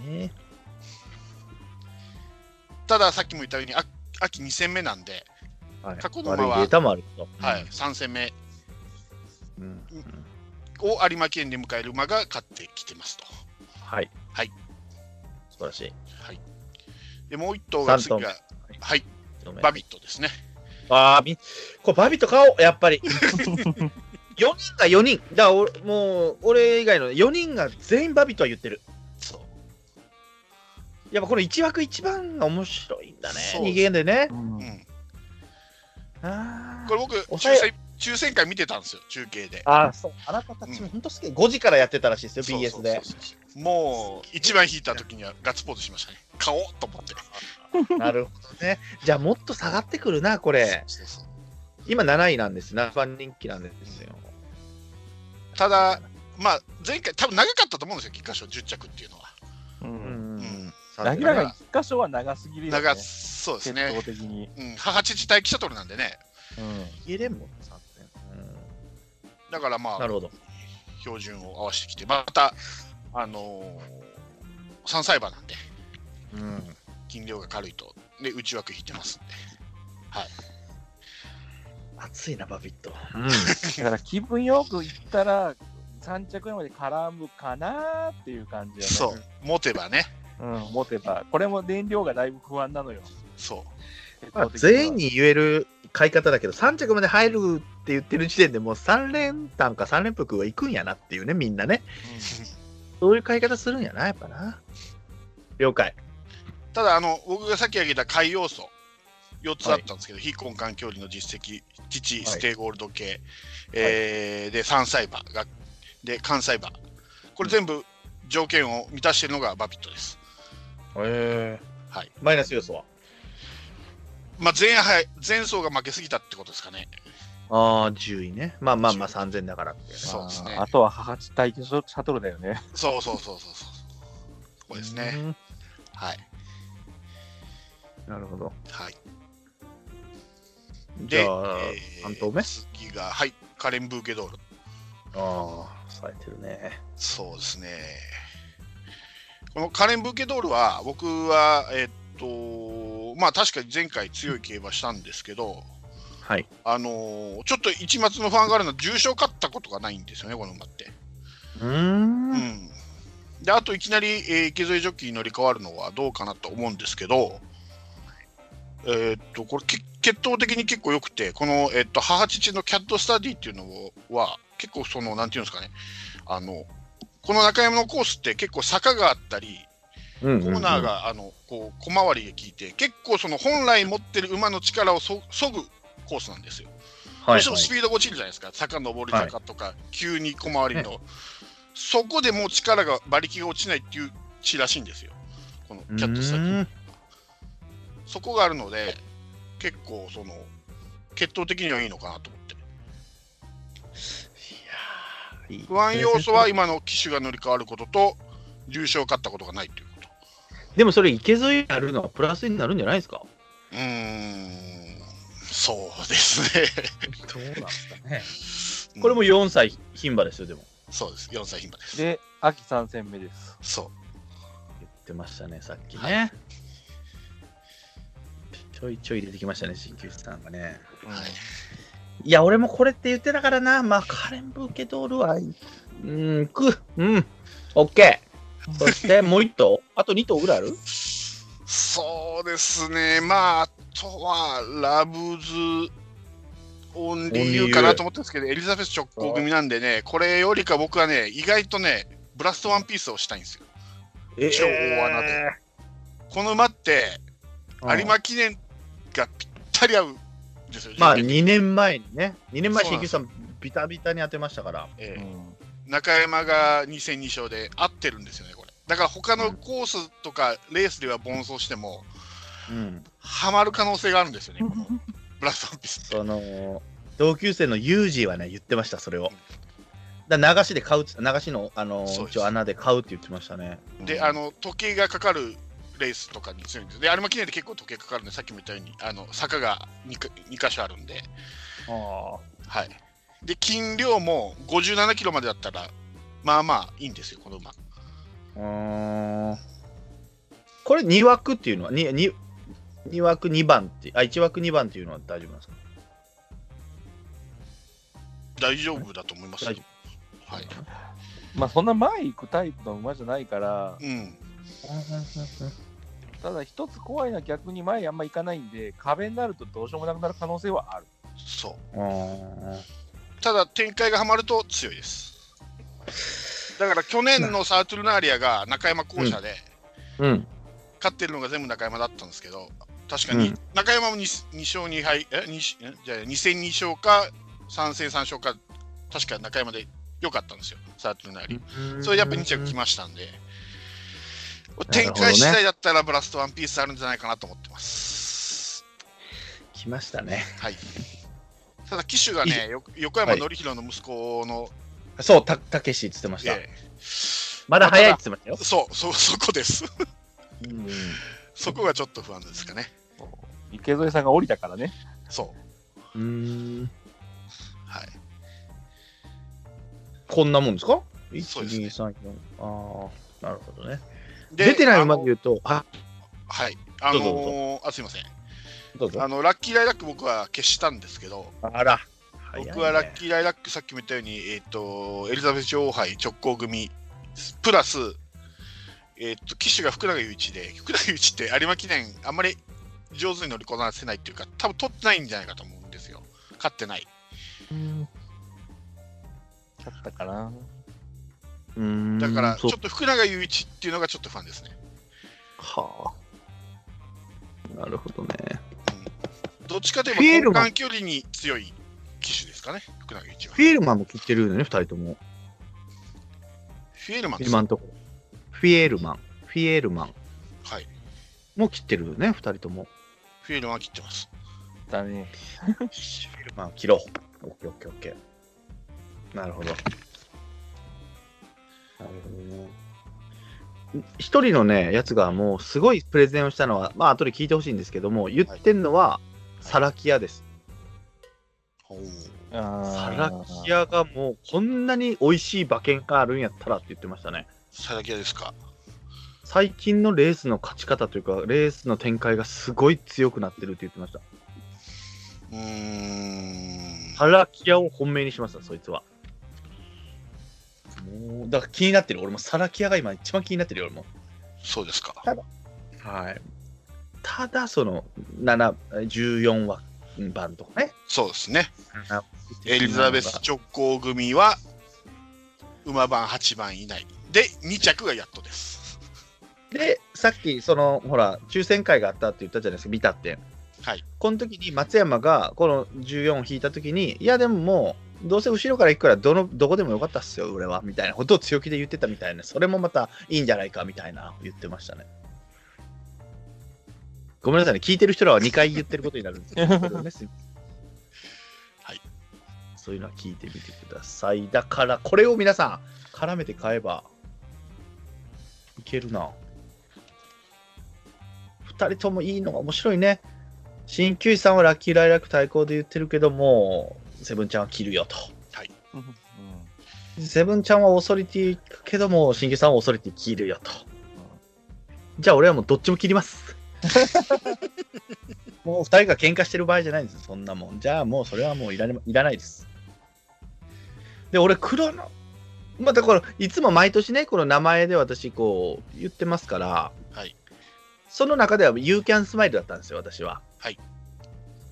A: ね
C: ただ、さっきも言ったように、あ秋2戦目なんで、
A: はい、
C: 過去の馬は
A: 悪いデータもあると。
C: はい、3戦目
A: うん。
C: を有馬記念で迎える馬が勝ってきてますと。
A: はい。
C: はい。
A: 素晴らしい。
C: で、もう1頭が
A: 三
C: 次
A: 頭
C: が、はい、バ
A: バビ
C: ビットですね。
A: あーみこれバビと顔やっぱ り。4人が4人。だからおもう、俺以外の4人が全員バビとは言ってる。
C: そう。
A: やっぱこの1枠1番が面白いんだね。
C: そう
A: 逃げんでね。
C: う
B: うん
C: ん。
A: あ
C: これ僕、
A: 抑え
C: 抽選、抽選会見てたんですよ、中継で。
A: あー、そう。あなたたちも本当好き。5時からやってたらしいですよ、
C: そ
A: BS
C: うそう
A: で
C: そう。そうもう一番引いた時にはガッツポーズしましたね買おうと思って
A: なるほどね。じゃあもっと下がってくるな、これ。
C: そうそうそう
A: 今7位なんです。7番人気なんですよ。
C: ただまあ前回多分長かったと思うんですよ菊花賞10着っていうのは
B: う。
A: うんん。さ
B: な
A: す
B: ぎ
A: が
B: ら
A: ね
B: が一箇所は長すぎるよね。
C: 長そうで
B: 鉄
C: すね
B: 道、的に。
C: うん、母父対記者取るなんでね
B: う
A: 消えれんもんね、三点う
C: だからま
A: んな
C: あ
A: るほど。
C: 標準を合わせてきてまたあのー、3歳馬なんで
A: うん。
C: 斤量が軽いとで内枠引いてますんで
A: 熱いな、バビット。
B: ん。だから気分よく行ったら、3着目まで絡むかなーっていう感じよね。
C: そう持てばね
B: う。ん、持てば。これも燃料がだいぶ不安なのよ。
C: そ
B: 鉄
A: まあ
B: 道的は
A: 全員。に言える買い方だけど、3着まで入るって言ってる時点でもう3連単か3連服はいくんやなっていうね、みんなね。
C: う
A: そういう買い方するんやな、やっぱな。了解。
C: ただあの僕がさっき挙げた海要素4つあったんですけど、非根幹距離の実績父ステイゴールド系、えーで3歳馬がで関西馬これ全部条件を満たしているのがバビットです、
A: え
C: はい
A: マイナス要素は
C: まあ、前敗前走が負けすぎたってことですかね
A: ああ、10位ね。まあまあまあ3000だからっていうね。
C: そうですね
B: まああとは母地対決シャトルだよね。
C: そうそうそうそうそうこれですね、
A: うん。
C: はい
A: なるほど。
C: はい
A: じゃ
C: で
A: あ、
C: えー
A: 3投目
C: 次がはいカレン・ブーケドール
A: ああ、冴えてるね。
C: そうですね。このカレン・ブーケドールは、僕は、えっと、まあ確かに前回強い競馬したんですけど、
A: はい。
C: あのーちょっと一末のファンがあるのは重賞勝ったことがないんですよね、この馬って。
A: うー。
C: うんん。で、あといきなり、えー池添ジョッキーに乗り換わるのはどうかなと思うんですけど、えっと、これ、け血統的に結構良くて、この、えっと、母父のキャットスタディっていうのは、結構その、なんていうんですかね、あの、この中山のコースって結構坂があったり、
A: うんうん
C: コ
A: うん
C: ーナー。があのこう小回りで効いて、結構その本来持ってる馬の力をそそぐコースなんですよ。
A: は
C: どうしてもスピードが落ちるじゃないですか、坂登り坂とか、急に小回りの、そこでもう力が、馬力が落ちないっていう地らしいんですよ、このキャットスタ
A: うー
C: ッ
A: ん
C: キ。そこがあるので、結構その、血統的にはいいのかなと思って。
A: いやー
C: 不安要素は今の機種が乗り換わることと、重賞を勝ったことがないということ。
A: でもそれ池添やるのはプラスになるんじゃないですか
C: うーん、そうですね。
A: どうなんですかねこれも4歳牝馬ですよでも
C: そうです、4歳牝馬です。
B: で、秋3戦目です。
C: そ
A: 言ってましたねさっきね、ちょいちょい出てきましたね鍼灸師さんがね
C: う、はい。
A: いや俺もこれって言ってたからなまあカレンブーケドールはうんくうんオッケーそしてもう1頭 あと2頭ぐらいある
C: そうですね、まあ、あとはラブズオンリーユーかなと思ったんですけど、エリザベス直行組なんでね、これよりか僕はね、意外とね、ブラストワンピースをしたいんですよ。超大穴でこの馬って、有馬記念がぴったり合うんですよ、
A: まあ
C: 条件
A: 2年前にね2年前
C: そうな
A: 鍼灸
C: んで
A: 師
C: す
A: さんビタビタに当てましたから
C: え
B: う
C: え
B: ん
C: 中山が2戦2勝で合ってるんですよね、これ。だから他のコースとかレースでは奔走しても、
A: うん
C: ハマる可能性があるんですよね、このブラストワンピースって。
A: その同級生のユージはね言ってましたそれをだから流しで買うっつ流しの、あの
C: そうです
A: 一応穴で買うって言ってましたね。
C: で、あの時計がかかるレースとかに強いんです。で、有馬記念で結構時計かかるんで、さっきも言ったように、あの坂が 2, か2箇所あるんで、
A: あ
C: はい。で、金量も57キロまでだったら、まあまあいいんですよ、この馬。
A: あ。うーん。これ2枠っていうのは、2, 2, 2枠2番って、あ、1枠2番っていうのは大丈夫なんですか
C: 大丈夫だと思いますよ
A: 大丈。
C: はい。
B: まあそんな前行くタイプの馬じゃないから、
C: うん。
B: ただ一つ怖いのは逆に前あんま行かないんで、壁になるとどうしようもなくなる可能性はある。
C: そう。
A: あ
C: ただ展開がはまると強いですだから去年のサートゥルナーリアが中山校舎で
B: うん。
C: 勝ってるのが全部中山だったんですけど確かに
B: うん
C: 中山も 2, 勝2敗え二えじゃあ2戦2勝か3戦3勝か確か中山で良かったんですよサートゥルナーリアそれやっぱ2着来ましたんで展開次第だったらブラストワンピースあるんじゃないかなと思ってます
A: 来ましたね。
C: はいただ騎手がねよ横山典弘の息子の、
A: そう、たたけしって言ってました。
C: え
A: まだ早いって言ってま
C: ーそうそう そこです
B: うん
C: そこがちょっと不安ですかね。
B: 池添さんが降りたからね。
C: そう。
A: したよ。うん。
C: はい。
A: こんなもんですか
C: そうですね
A: ?1、2、3、4。ああ、なるほどね。
C: で
A: 出てない馬
C: あ
A: で
C: の
A: 言うと、あ、
C: はい。あ
A: ど
C: の
A: うぞ
C: ーあ、すいません。
A: どうぞ
C: あ。の、ラッキーライラック僕は消したんですけど、
A: あら。早いね
C: 僕はラッキーライラックさっきも言ったように、えっ、と、エリザベス女王杯直行組、プラス、えっ、と、騎手が福永祐一で、福永祐一って有馬記念、あんまり上手に乗りこなせないっていうか、多分取ってないんじゃないかと思うんですよ。勝ってない。
B: だったかな。
A: うーん
C: だから、ち
A: そ
C: ょ
A: う
C: っと福永祐一っていうのがちょっと不安ですね。
A: はあ。なるほどね。
C: どっちかとい
A: フィエ
C: え
A: ル
C: ば、
A: マン
C: 交換距離に強い騎手ですかね、福永祐一は。
A: フィールマンも切ってるよね、二人とも。
C: フィエルマン
A: フィール
C: です
A: マンとこ。フィエールマン。フィエールマン
C: はい。
A: も切ってるよね、二人とも。
C: フィエルマンは切ってます。
B: だね。
A: フィエールマン切ろう。オッケーオッケーオッケー。なるほど。なるほどね。一人のね、やつがもうすごいプレゼンをしたのは、まあ後で聞いてほしいんですけども、言ってんのは、サラキアです。サ
B: サ
A: ラキアがもうこんなに美味しい馬券があるんやったらって言ってましたね。
C: サラキアですか。
A: 最近のレースの勝ち方というか、レースの展開がすごい強くなってるって言ってました。
C: うーん。
A: サラキアを本命にしました、そいつは。もう、だから気になってる。俺もサラキアが今一番気になってるよ、俺も。
C: そうですか。
A: はい。ただ、その、7、14話番とかね。
C: そうですね。エリザベス直行組は、馬番8番以内。で、2着がやっとです。
A: で、さっき、その、ほら、抽選会があったって言ったじゃないですか、見たって。
C: はい。
A: この時に松山が、この14を引いた時に、いや、でももう、どうせ後ろから行くからどの、どこでもよかったっすよ、俺は、みたいなことを強気で言ってたみたいな、それもまたいいんじゃないか、みたいな、言ってましたね。ごめんなさいね、聞いてる人らは2回言ってることになるんですけどね、すいません
C: はい。
A: そういうのは聞いてみてください。だから、これを皆さん、絡めて買えば、いけるな。2人ともいいのが面白いね。鍼灸師さんはラッキーライラック対抗で言ってるけども、セブンちゃんは切るよと。
B: うん
A: セブンちゃんはオーソリティけども、鍼灸師さんはオーソリティ切るよと。じゃあ俺はもうどっちも切り ます。もう二人が喧嘩してる場合じゃないんですそんなもん。じゃあもうそれはもういら,、ね、いらないです。で、俺、黒の、まあだから、いつも毎年ね、この名前で私、こう、言ってますから、
C: はい
A: その中では You Can Smile だったんですよ、私は。
C: はい。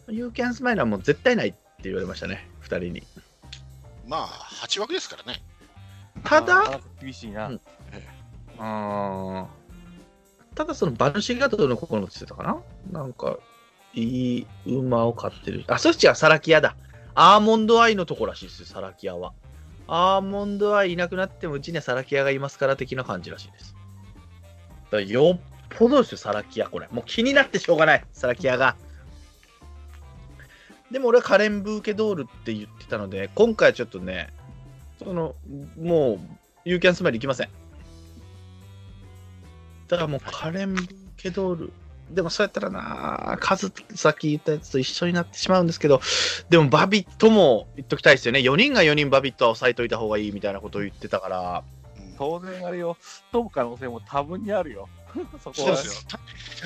A: You Can Smile はもう絶対ないって言われましたね、二人に。
C: まあ、8枠ですからね。
A: ただ、
B: あー厳しいな。
A: うんあーただその馬主がどうのこうのって言ってたかななんか、いい馬を飼ってる。あ、そっちはサラキアだ。アーモンドアイのとこらしいですよ、サラキアは。アーモンドアイいなくなってもうちにはサラキアがいますから的な感じらしいです。だからよっぽどですよ、サラキア、これ。もう気になってしょうがない、サラキアが。でも俺はカレン・ブーケドールって言ってたので、今回はちょっとね、そのもう、ユーキャンスマイルいきません。だからもう、カレン・ブケドール。でもそうやったらな、カズさっき言ったやつと一緒になってしまうんですけど、でもバビットも言っときたいですよね。4人が4人バビットは抑えといた方がいいみたいなことを言ってたから。
C: うん
B: 当然あれよ、飛ぶ可能性も多分にあるよ。 そこ
A: そう
B: は
A: ですよ。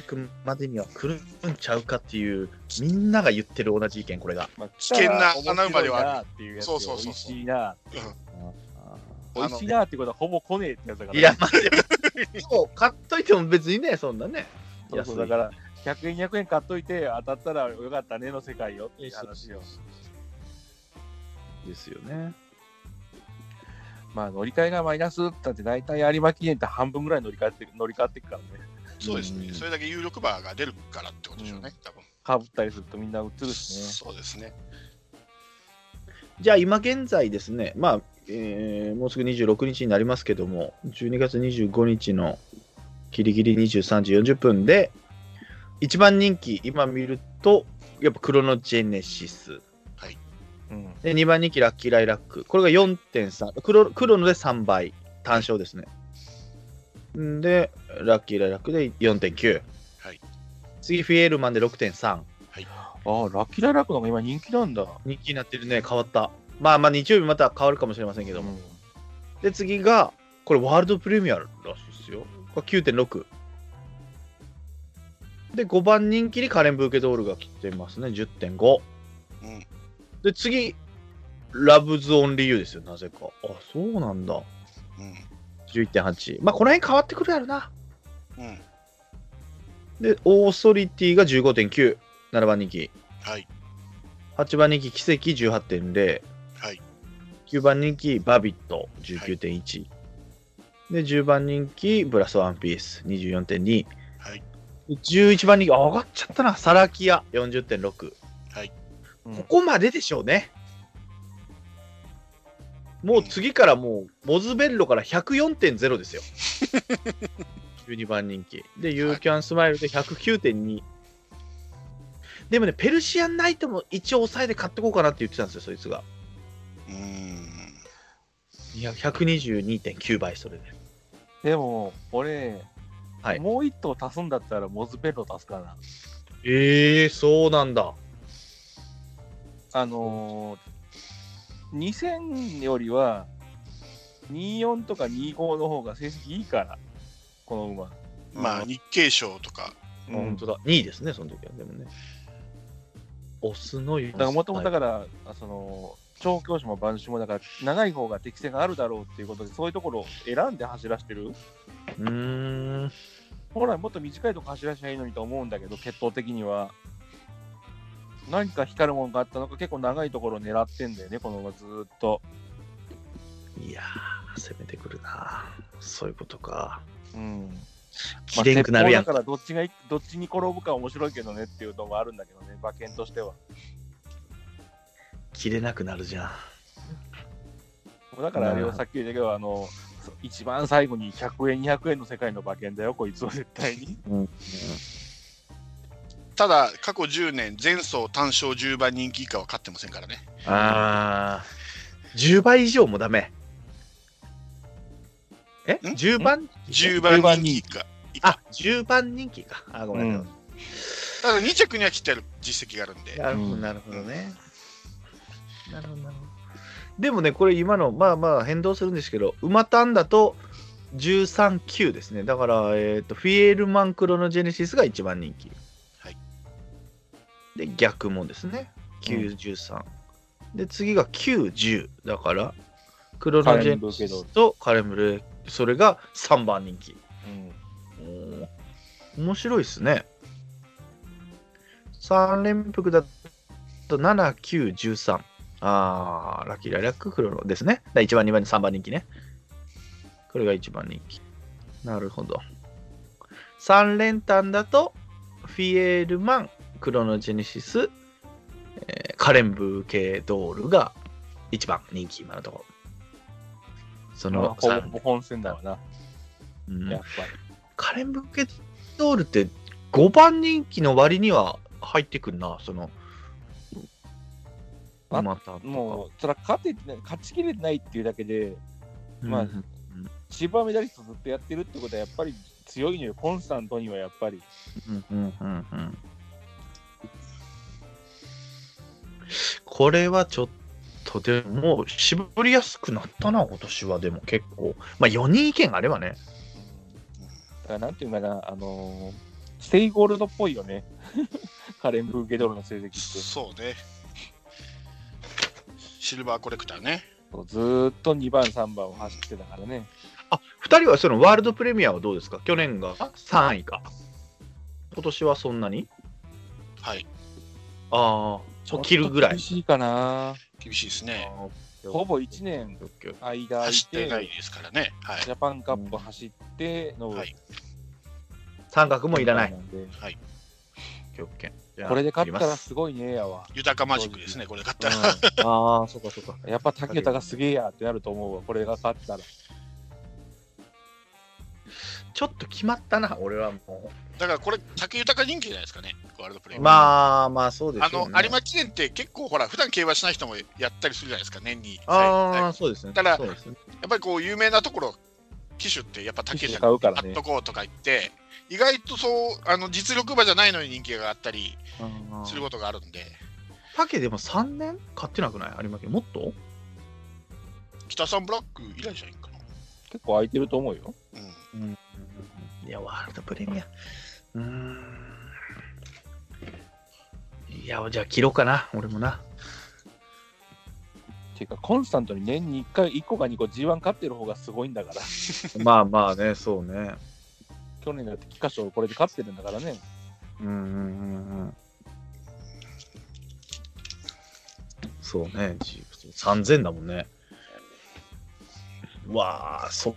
A: 300までには来るんちゃうかっていう、みんなが言ってる同じ意見、これが。
B: まあ
C: 危険な
B: 来たら
C: 穴馬では
B: 面白
C: ある
B: いなっていうやつよ。
C: そうそうそう
B: 美味
C: そう
B: しいな。美
C: あ
B: 味
C: の
B: しいなってことはほぼ来ねえってやつだから。
A: いや、まあ、で も、そう買っといても別にね、そんなね。
B: そうそう
A: 安
B: だ
A: い
B: から100円200円買っといて当たったらよかったねの世界よっていう
A: そう
B: 話
A: そう
B: よ。
A: ですよね。
B: まあ乗り換えがマイナスだって大体有馬記念って半分ぐらい乗り換えて乗り換えていくからね。
C: そうです
A: う
C: ね。
A: ん
C: それだけ有力馬が出るからってことでしょうね、多分。
B: かぶったりするとみんな映るしね。
C: そうですね。
A: じゃあ、今現在ですね、まあ、えーもうすぐ26日になりますけども、12月25日のギリギリ23時40分で、一番人気、今見ると、やっぱクロノジェネシス。
B: うん。
A: で、2番人気ラッキーライラック。これが4.3。黒黒ので3倍。単勝ですね。んで、ラッキーライラックで4.9。
C: はい
A: 次、フィエールマンで6.3。
B: ああ、ラッキーライラックの方が今人気なんだ。
A: 人気になってるね、変わった。まあまあ、日曜日また変わるかもしれませんけども。
B: うん
A: で、次が、これワールドプレミアらしいですよ。これ9.6。で、5番人気にカレン・ブーケドールが来てますね、10.5。
C: うん。
A: で、次、ラブズ・オンリー・ユーですよ、なぜか。あ、そうなんだ。11.8。まあ、この辺変わってくるやろな。
C: うん。うん。
A: で、オーソリティが15.9。7番人気。
C: はい。
A: 8番人気、奇跡18.0。
C: はい。
A: 9番人気、バビット19.1。で、10番人気、ブラスワンピース24.2。
C: はい。
A: 11番人気、あ上がっちゃったな。サラキア40.6。
B: うん
A: ここまででしょうね。もう次からもう、モズベッロから104.0ですよ。12番人気。で、ユーキャンスマイルで109.2。でもね、ペルシアンナイトも一応抑えて買ってこうかなって言ってたんですよ、そいつが。
C: うーん。
A: いや、122.9倍、それで。
B: でも、俺、
A: はい
B: もう一頭足すんだったらモズベロ足すかな。
A: ええそうなんだ。
B: あのー、2000よりは24とか25の方が成績いいから、この馬。
C: まあ、日経賞とか、
B: うん
A: 本当だ。2位ですね、その時は。でもね。オスの
B: だからもともとだから、あその調教師も番手もだから長い方が適性があるだろうっていうことでそういうところを選んで走らしてる
A: うーん。
B: 本来もっと短いとこ走らせりゃいいのにと思うんだけど血統的には何か光るものがあったのか結構長いところを狙ってんだよねこの馬ずーっと
A: いやー、攻めてくるな。そういうことか。
B: うん
A: きれんくなるやん
B: 鉄砲だからどっちがいどっちに転ぶか面白いけどねっていうのもあるんだけどね馬券としては
A: 切れなくなるじゃん。
B: だからあれ
A: う
B: を
A: ん
B: さっき言ったけどあのそ一番最後に100円200円の世界の馬券だよこいつは絶対に
C: ただ、過去10年、前走単勝10番人気以下は勝ってませんからね。
A: ああ。10倍以上もダメ。え
C: ん
A: ?10 番
C: 10番人気以下。
A: あ、10番人気か。あ、ごめんなさい。
C: ただ、2着には切ってある実績があるんで。
A: なるほど、
B: うん
A: なるほどね。なるほど、なるほど。でもね、これ今の、まあまあ変動するんですけど、馬単だと13、9ですね。だから、えっとフィエールマンクロノジェネシスが一番人気。
C: はい。
A: で、逆もですね、9、13。で、次が9、10。だから、クロノジェネシスとカレムル、それが3番人気。
B: うん
A: 面白いですね。3連複だと7、9、13。あー、ラッキーライラッククロノですね。だ1番、2番、3番人気ね。これが1番人気。なるほど。3連単だと、フィエールマン、クロノジェネシス、えーカレンブー系ドールが1番人気、今のところ。そ
B: まあ
A: の
B: ほぼほ
A: 三
B: ぼ本戦だわな、
A: うん
B: やっぱり
A: カレン・ブケドールって5番人気の割には入ってくるな、その、
B: あ
A: また
B: もう、それは勝ててない勝ちきれてないっていうだけで、
A: う
B: まあ
A: ん
B: シルバーメダリストずっとやってるってことは、やっぱり強いのよ、コンスタントにはやっぱり。
A: うんうんうんうんこれはちょっとでももう絞りやすくなったな今年はでも結構まあ4人意見があればね
B: だから、なんていうのかな、あのーステイゴールドっぽいよね、 カレン・ブーケドールの成績って。
C: そうね。シルバーコレクターね。
B: そうずーっと2番、3番を走ってたからね。
A: あ2人はそのワールドプレミアはどうですか去年が3位か今年はそんなに
C: はい。
A: ああちょっと切るぐらい
B: 厳しいかな。
C: 厳しいですね。
A: あー
B: ほぼ1年
A: オッケーオッケー
B: 間空い
C: 走っててないですからね。はい。
B: ジャパンカップ走っての、
C: はい
A: 三角もいらない
B: んで
A: オッケーオッケーじゃあ
B: これで勝った
A: やり
B: ら
A: ます
B: すごいねやわ。
C: 豊かマジックですね、これ買ったら。
A: ああそうかそうか
B: うんやっぱ竹田がすげえやってなると思うわ、これが勝ったら。
A: ちょっと決まったな俺はも
C: だからこれ、竹豊人気じゃないですかね、ワールドプレ
A: う
C: イ。
A: まあまあそうで
C: あ
A: す
C: の
A: よ、ね
C: 有馬記念って結構ほら、普段競馬しない人もやったりするじゃないですか、年に。
A: あ
C: は
A: あ、そうですね。
C: ただ
A: そうですね。
C: いやっぱりこう、有名なところ、騎手ってやっぱ竹
B: 騎手
C: 豊
B: 買うからね
C: 買っとこうとか言って、意外とそう、あの実力馬じゃないのに人気があったりすることがあるんで、
A: 竹でも3年買ってなくない有馬記念もっと
C: 北さんブラック以来じゃないかな。
B: 結構空いてると思うよ。
C: うん
A: いや、ワールドプレミア。うーん。いや、じゃあ切ろうかな、俺もな。
B: ていうか、コンスタントに年に1回、1個か2個 G1 勝ってる方がすごいんだから。
A: まあまあね、そうね。
B: 去年だって菊花賞これで勝ってるんだからね。
A: うんうんうんうん。そうね、ジープ3000だもんね。うわあ、そっ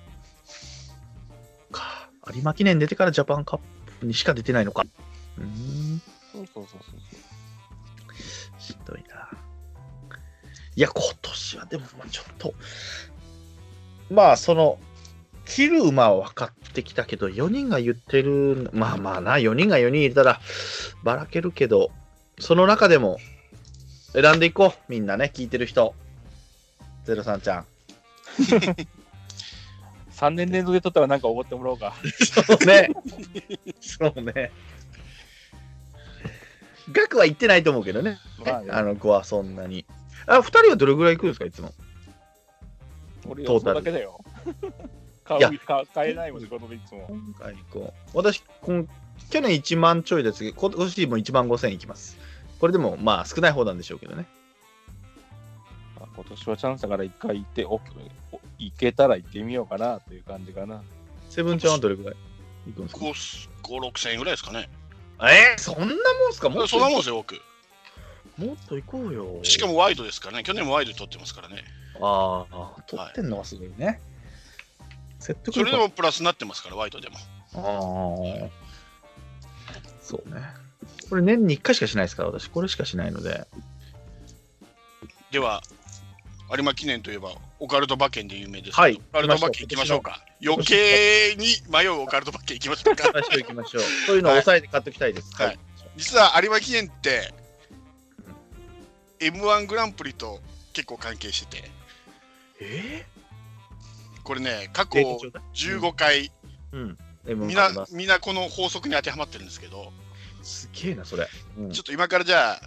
A: か。有馬記念出てからジャパンカップにしか出てないのか。うーん。
B: そうそうそうそう。
A: ひどいな。いや、今年はでも、まあちょっと、まあ、その、切る馬は分かってきたけど、4人が言ってる、まあまあな、4人が4人いたら、ばらけるけど、その中でも、選んでいこう、みんなね、聞いてる人。ゼロさんちゃん。
B: 3年連続で取ったらなんかおごってもらおうか。
A: そう ね。そうね。額は言ってないと思うけどね、
B: まあね
A: あの子はそんなに。あ、2人はどれぐらい行くんですか、いつも。
B: 俺
A: トー
B: はそ
A: タ
B: れ
A: ル
B: だけだよ。買
A: いや
B: う買買えないもん、仕事でいつも。
A: 今回こう私今去年1万ちょいですけど今年も1万5000いきますこれでもまあ少ない方なんでしょうけどね
B: まあ今年はチャンスだから1回行って、おお行けたら行ってみようかなという感じかな。
A: セブンちゃんはどれぐらいいくんですか
C: 5、5 6千円ぐらいですかね。
A: えー、そんなもんすかもっと
C: そんなもんですよ、多く。
A: もっと行こうよ
C: しかもワイドですからね、去年もワイド取ってますからね。
A: ああ取ってんのはすごいね、説得
C: それ
A: 力
C: で
A: あ
C: もプラスになってますから、ワイドでも。
A: あーそうねこれ年に1回しかしないですから私これしかしないので
C: では、有馬記念といえば、オカルト馬券で有名ですけど
A: はい
C: オカルト馬券行きましょうか。余計に迷うオカルト馬券行きましょうか。
A: 行きましょう行きましょうそういうのを抑えて買っておきたいです
C: はい実は有馬記念って、M1 グランプリと結構関係してて、
A: え
C: これね、過
A: ー、デート
C: 去
A: ちょうだい
C: 15回、
A: うんでも
C: みん
A: 買い
C: な
A: ます
C: みんなこの法則に当てはまってるんですけど、
A: すげえなそれ、うん
C: ちょっと今からじゃあ、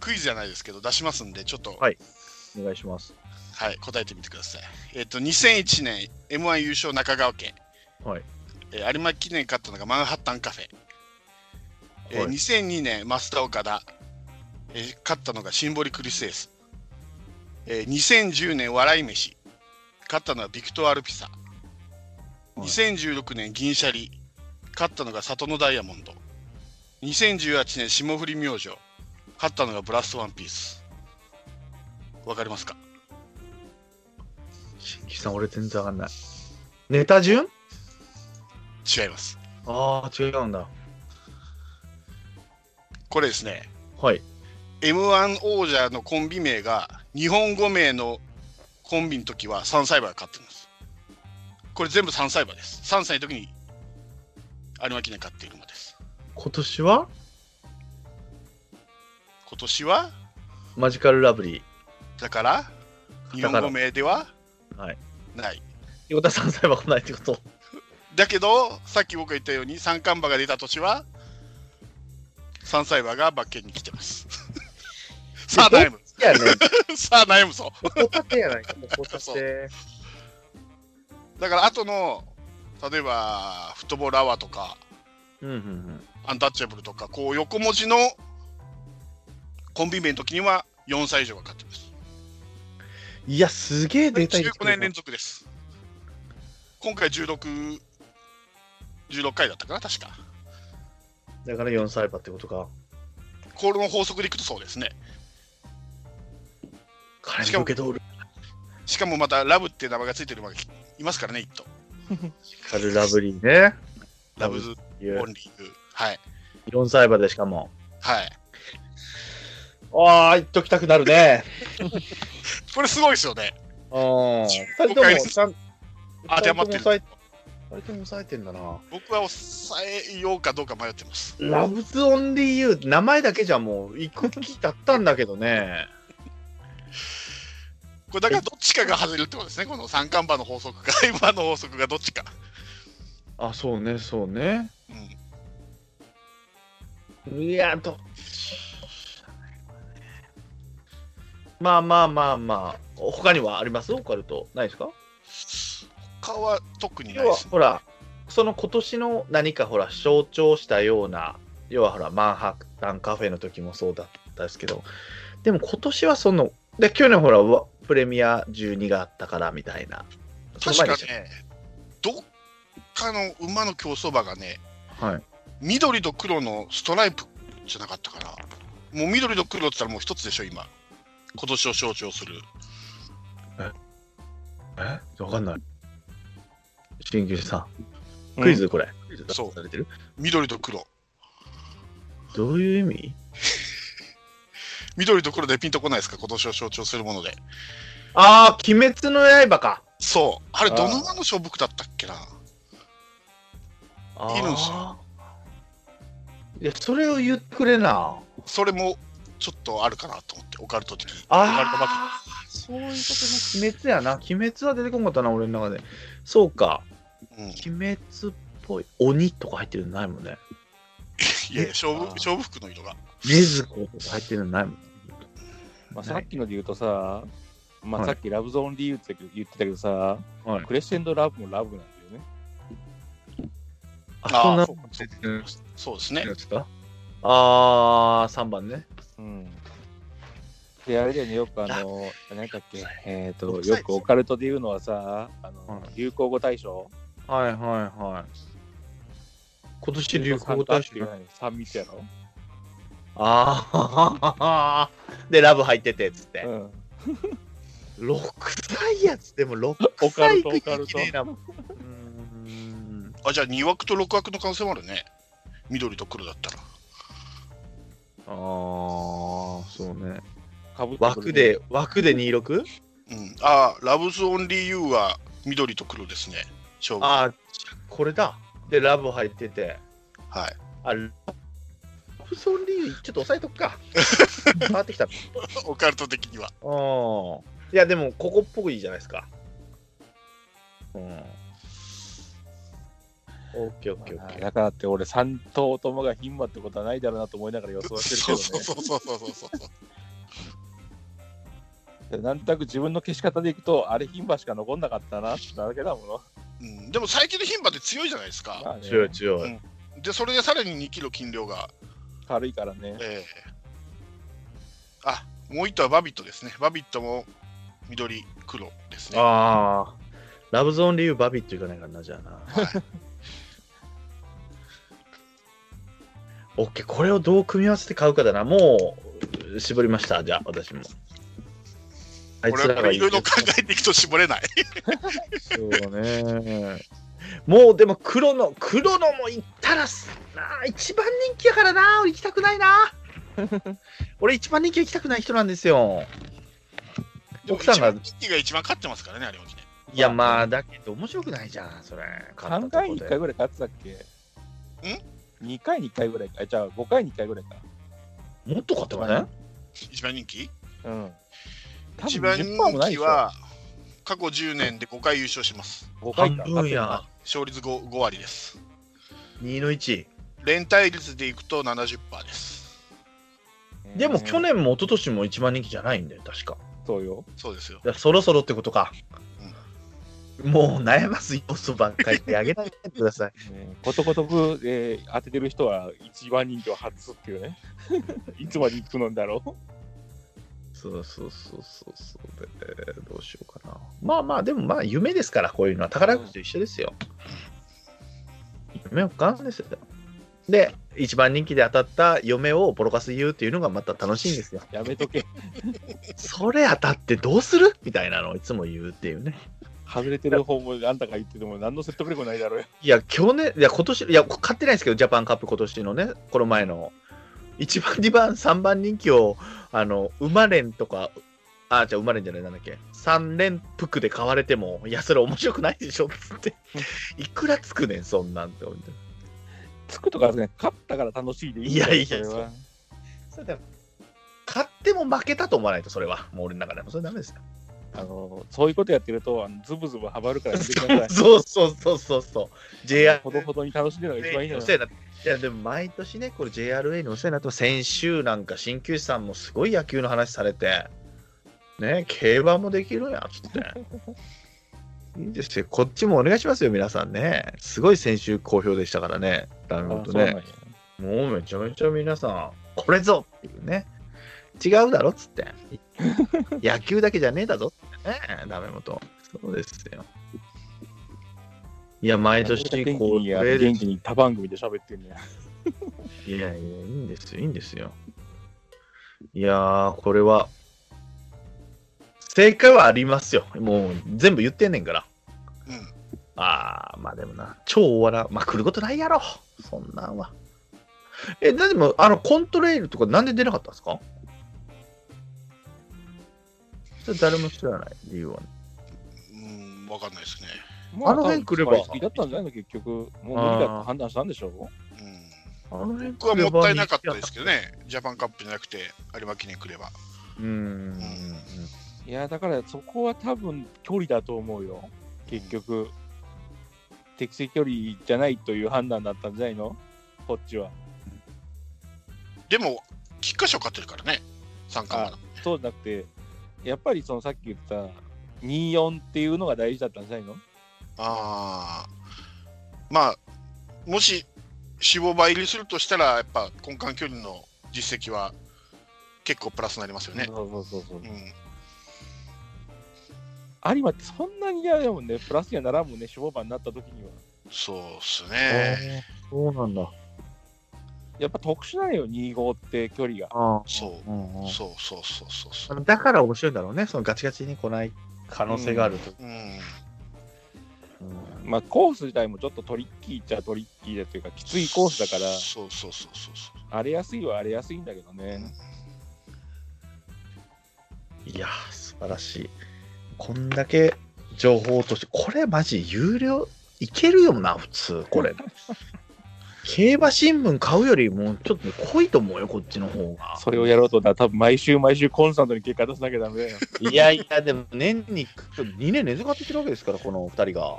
C: クイズじゃないですけど、出しますんで、ちょっと、
A: はいお願いします。
C: はい、答えてみてください。えっ、と、2001年、M1 優勝中川家、
A: はい。
C: えー有馬記念勝ったのがマンハッタンカフェ、えー
A: はい
C: 2002年、増田岡田、えー勝ったのがシンボリクリスエス、えー2010年、笑い飯、勝ったのはビクトアルピサ、
A: い
C: 2016年、銀シャリ、勝ったのが里のダイヤモンド、2018年、霜降り明星、勝ったのがブラストワンピース。わかりますか
A: 新規さん、俺全然わかんない。ネタ順
C: 違います。
A: ああ、違うんだ。
C: これですね、
A: はい。
C: M1 王者のコンビ名が日本語名のコンビの時は3歳馬が勝ってます。これ全部3歳馬です。3歳の時に有馬記念勝っている馬です。
A: 今年は
C: 今年は
A: マジカルラブリー。
C: だから、日本語名では
A: はい。
C: ない。
A: 与田さんさえは来ないってこと。
C: だけど、さっき僕が言ったように、三冠馬が出た年は、三歳馬が馬券に来てます。さあ、悩む。
A: いやね、
C: さあ、悩むぞ。
A: ここたてやないか、もうこたて。
C: だから、後の、例えば、フットボールアワーとか、
A: うんうんうん。
C: アンタッチャブルとか、こう、横文字のコンビ名の時には、4歳以上が勝ってます。
A: いや、すげえデータ入れて
C: 15
A: くれ
C: 年
A: た
C: 連続です。今回16、16回だったかな、確か。
A: だから4歳馬ってことか。
C: これの法則でいくとそうですね。
A: 彼
C: し
A: に
C: かも
A: 受け取る。
C: しかもまた、ラブって名前がついてる馬がいますからね、一頭。
A: カルラブリーね。
C: ラブズ・
A: いう
C: オンリーグ。はい。
A: 4歳馬でしかも。
C: はい。
A: ああ、言っときたくなるね。
C: これすごいですよね。
A: うん。2人ともちゃん
C: 当てはまってる
A: 二人とも抑え二人とも抑えてんだな。
C: 僕は抑えようかどうか迷ってます。
A: ラブズ・オンリー・ユー名前だけじゃもう一個聞きたったんだけどね。
C: これだからどっちかが外れるってことですね。この三冠馬の法則か、 今の法則がどっちか。
A: あ、そうね、そうね。
C: うん。
A: いや、と。まあまあまあまあ、他にはありますオカルト。ないですか
C: 他は特にない
A: 要
C: で
A: は、
C: すね。
A: ほら、その今年の何かほら、象徴したような、要はほら、マンハッタンカフェの時もそうだったですけど、でも今年はその、で、去年ほら、わプレミア12があったからみたいな。その前
C: 確か
A: でしたっ
C: ね、どっかの馬の競走馬がね、
A: けはい。
C: 緑と黒のストライプじゃなかったかな。もう緑と黒って言ったらもう一つでしょ、今。今年を象徴する。
A: えわかんない。新旧さん、
B: うん
A: クイズこれ。クイズ
C: そう
A: されてる
C: 緑と黒。
A: どういう意味
C: 緑と黒でピンとこないですか、今年を象徴するもので。
A: ああ、鬼滅の刃か。
C: そう。あれ、
A: あー
C: どの馬の勝負区だったっけな。
A: あー
C: いるんすよ
A: いや、それを言ってくれな。
C: それもちょっとあるかなと思って、オカルト的に。オカルトマーケット
A: ああ、そういうことね。鬼滅やな。鬼滅は出てこんかったな、俺の中で。そうか。
C: うん、い
A: 鬼滅っぽい。鬼とか入ってるのないもんね。
C: やいや勝負
B: あー
C: 勝負服の色が。
A: 禰豆子とか入ってるのないもん。
B: まあ、
A: は
B: さ
A: い
B: っきので言うとさ、ま
A: はい
B: あ、さっきラブゾーン理由って言ってたけどさ、
A: はい
B: クレッシェンドラブもラブなんだよね。
A: あ、そんな
C: そうそう
A: うん
C: そうですね。
A: ですかああ、3番ね。
B: うん。で、あれだよね、よくあの、何だっけ、えっ、と、
A: 6
B: よくオカルトで言うのはさ、あの
A: う
B: 流行語大賞
A: はいはいはい。今年流行語大賞。
B: 3密やろ。
A: ああ、 で、ラブ入っててっつって。
B: うん。
A: 6歳やつでも6
B: オカ
A: 歳
B: ル
A: く
B: ト
A: らい
B: オカルト
A: 綺麗なもん。うーん
C: あじゃあ2枠と6枠の可能性もあるね。緑と黒だったら。
A: ああ、そうね。
B: かぶってくる
A: 枠で、枠で 26?
C: うん、ああ、ラブズ・オンリー・ユーは緑と黒ですね。勝負。は
A: ああ、これだ。で、ラブ入ってて。
C: い。
A: あ、ラブソンリーちょっと抑えとく か。変わってきた。あ
C: オカルト的には。
A: あ。いや、でも、ここっぽいじゃないですか。うん。オッケーオッケーオ
B: ま
A: ッ
B: あ
A: ケー。
B: だからって俺3頭ともが牝馬ってことはないだろうなと思いながら予想はしてるけ
C: そ
B: ど
C: うそう
B: ね
C: そうそうそうそうそう。
B: で。なんとなく自分の消し方でいくとあれ牝馬しか残んなかったなってなだけだもの。
C: うん、でも最近の牝馬って強いじゃないですか。
B: まあね
A: 強い強い。
C: で、それでさらに2キロ斤量が。
B: 軽いからね。
C: ええあもう一頭はバビットですね。バビットも緑、黒ですね。
A: ああ。ラブゾーン理由バビットいかないからな、じゃあな。オッケー、これをどう組み合わせて買うかだな。もう、絞りました、じゃあ、私も。あい
C: こ
A: つ
C: れ
A: ら
C: こ
A: が
C: れ
A: い
C: い
A: い
C: ろいろ考えていくと絞れない。
A: そう ね。もうでも黒の黒のも行ったらすなあ一番人気やからな俺行きたくないな 俺一番人気は行きたくない人なんですよ
C: でも
A: 奥さんが
C: 一番一気が一番勝ってますからね、あれはね。
A: いやまあだけど面白くないじゃんそれ買
B: 3
A: ったと
B: 回
A: こ
B: に
A: で
B: 1回ぐらい勝ってたっけん ?2 回に1回ぐらいか。じゃあ5回に1回ぐらいか。
A: もっと買ってません
C: 一番人気
B: うん。多
C: 一
B: 分
C: 番
B: 10%も
C: 人
B: ないで
C: 気
B: しょ
C: は過去10年で5回優勝します。
B: 5
A: 半
B: 回か
A: 分や。
C: 勝率 5, 5割です。
A: 2の1。
C: 連帯率でいくと70%です。
A: でも去
B: 年
A: 年も一昨年も一番人気じゃないんだよ、確か。
B: そうよ。
C: そうですよ。
A: だからそろそろってことか。もう悩ます要素ばっかりであげないでくだ さい。
B: ねことごとく、えー当ててる人は一番人気を外すって いうね。いつまで行くのんだろう。
A: そうそうそうそうそうで、えーどうしようかな。まあまあ、でもまあ、夢ですから、こういうのは宝くじと一緒ですよ。夢を買うんですよ。で、一番人気で当たった嫁をボロカス言うっていうのがまた楽しいんです よ。
B: やめとけ。
A: それ当たってどうするみたいなのをいつも言うっていうね。
B: 外れてる方もあんたが言ってても何の説得力もないだろうよ。
A: いや、去年、いや、今年、いや、買ってないですけど、ジャパンカップ今年のね、この前の、1番、2番、3番人気を、あの、馬連とか、あ、じゃあ馬連じゃない、なんだっけ、3連服で買われても、いや、それ面白くないでしょっつって、いくらつくねん、そんなんって思って。
B: つくとかね、勝ったから楽しいでいいんだよ
A: いやいや
B: それは
A: それで買っても負けたと思わないと、それは。もう俺の中でも、それダメですよ。
B: あのそういうことやってるとあのズブズブはまるからやめてください。
A: そうそうそうそうそう。JR
B: ほどほどに楽しんでるのが一番いいんじゃ
A: お
B: な
A: 世
B: い
A: 話になっていやでも毎年ね、これ JRA にお世話になってます、先週なんか鍼灸師さんもすごい野球の話されて、ね、競馬もできるんやっつ って。いいですよ、こっちもお願いしますよ、皆さんね。すごい先週好評でしたからね、ダウンロード
B: あそうなん
A: ね
B: や。
A: もうめちゃめちゃ皆さん、これぞっていうね、違うだろっつ って、野球だけじゃねえだぞってね、ダメ元。そうですよ。いや、毎年こう、
B: 元気にや
A: これで
B: 元気に他番組で喋ってんねや。
A: いやいや、いいんですよ、いいんですよ。いやー、これは、正解はありますよ。もう全部言ってんねんから。
C: うん。
A: あー、まあでもな、超大笑う。まあ来ることないやろ、そんなんは。え、なにも、あの、コントレイルとかなんで出なかったんですかそれ誰も知らない理由は、ね。
C: うん、わかんないですね。
A: あの辺来れば
B: まあ多分好きだったんじゃないの結局。もう無理だと判断したんでしょう。
C: うん。
A: あの辺
C: 僕はもったいなかったですけどね。ジャパンカップじゃなくて、有馬記念くれば。
A: うーん。
B: いやだからそこは多分距離だと思うよ結局、適正距離じゃないという判断だったんじゃないのこっちは
C: でも、菊花賞勝ってるからね。三冠ま
B: そうじゃなくてやっぱりそのさっき言った24っていうのが大事だったんじゃないの
C: ああー。まあ、もし、死亡倍入りするとしたら、やっぱ根幹距離の実績は結構プラスになりますよね。
B: そうそうそうそう
C: うん。
B: 有馬ってそんなに嫌だもんねプラスにはならんもんね守護馬になった時には
C: そうっすね。
A: そうなんだ。
B: やっぱ特殊なんよ25って距離が
A: あ
C: そ
A: うんう
C: う。
A: ん
C: そうそうそうそうそ
A: あ
C: う。
A: のだから面白いんだろうね、そのガチガチに来ない可能性があると。
C: うん。
B: まあコース自体もちょっとトリッキーっちゃトリッキーでというかきついコースだから
C: そうそうそうそうそう。
B: 荒れやすいは荒れやすいんだけどね、
A: いやー、素晴らしい。こんだけ情報として、これマジ有料いけるよな、普通、こ れ。競馬新聞買うよりも、ちょっとね濃いと思うよ、こっちの方が。
B: それをやろうとな、多分毎週毎週コンスタントに結果出さなきゃダメだ よ。
A: いやいや、でも年に2年連続やってるわけですから、この2人が。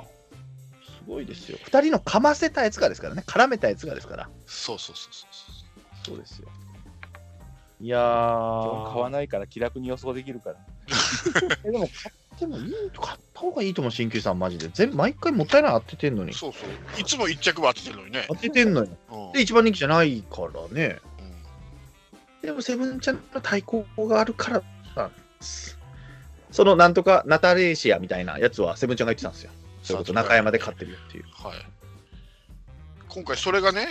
A: すごいですよ。2人のかませたやつがですからね、絡めたやつがですから。
C: そうそうそうそうそ
A: そ
C: う。
A: うですよ。いやー、
B: 買わないから気楽に予想できるから。
A: えでも買ってもいい買った方がいいと思う鍼灸師さんマジで全毎回もったいない当ててんのに
C: そうそう。いつも一着は当ててるのにね。
A: 当ててんのよ
C: うん
A: で一番人気じゃないからね
C: うん
A: でもセブンちゃんの対抗があるからなんですそのなんとかナタレーシアみたいなやつはセブンちゃんが言ってたんですよそういうこと中山で勝ってるよっていう、
C: はい。今回それがね、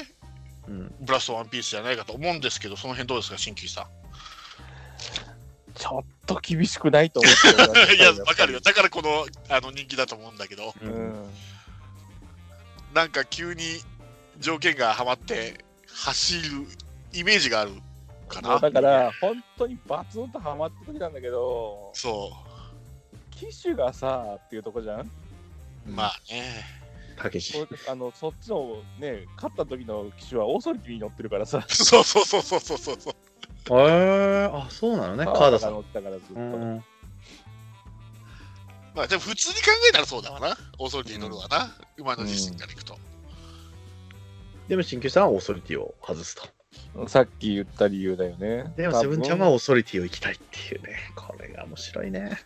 A: うん、
C: ブラストワンピースじゃないかと思うんですけど、その辺どうですか、新規さん。
B: ちょっと厳しくないと思ってる
C: いや、わかるよ。。だからこのあの人気だと思うんだけど、
B: うん。
C: なんか急に条件がはまって走るイメージがあるか
B: も
C: な
B: う。だから、本当にバツンとハマった時なんだけど、
C: そ
B: 機種がさ、っていうとこじゃん。
C: う。まあね。
A: たけし
B: そあのそっちのね、勝った時の機種はオーソリティに乗ってるからさ。
C: そうそうそうそうそうそうそう。
A: えー、あそうなのね川田さん
B: 乗ってたからずっと。
A: うん
C: まあでも普通に考えたらそうだわな。オーソリティ乗るわな。今の自身からいくと。
A: でも新旧さんはオーソリティを外すと。
B: さっき言った理由だよね。
A: でも
B: 多
A: セブ
B: 分
A: ンちゃんはオーソリティを行きたいっていうね。これが面白いね。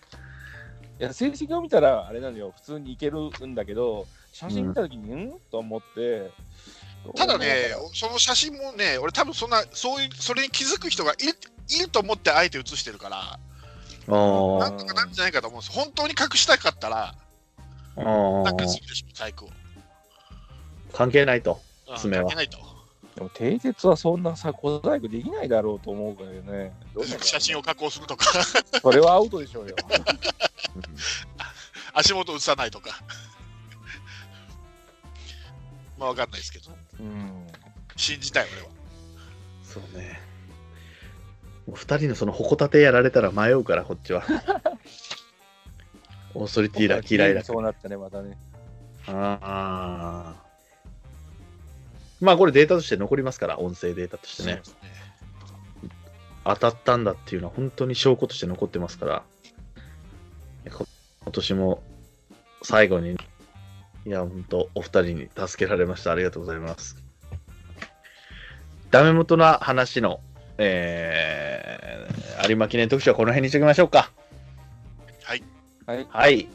B: いや成績を見たらあれなのよ普通にいけるんだけど写真見た時にうん、と思って
C: ただね、その写真もね、俺多分そんな、そういう、それに気づく人がいるいると思ってあえて写してるから、
A: あ
C: なんとかなんじゃないかと思うんです。本当に隠したかったら、
A: ああ
C: なんか
A: あ
C: するでしょ、体育を。
A: 関係ないと。
C: うん
A: 爪は
C: 関係ないと。
B: でも定説はそんなさ小細工できないだろうと思うからねどうなんだろうね
C: 写真を加工するとか、
B: それはアウトでしょう よ
C: 足元写さないとか。 まあわかんないですけど、
B: うん
C: 信じたい俺は。
A: そうね。もう2人のそのほこたてやられたら迷うから、こっちは。オーソリティだ、嫌いだ。
B: そうなったねまたね
A: ああ。まあこれデータとして残りますから、音声データとしてね。
C: そうです
A: 当たったんだっていうのは本当に証拠として残ってますから、いやこ今年も最後に、いや、本当、お二人に助けられました。ありがとうございます。ダメ元な話の、えー、有馬記念特集はこの辺にしておきましょうか。
B: はい
A: はい。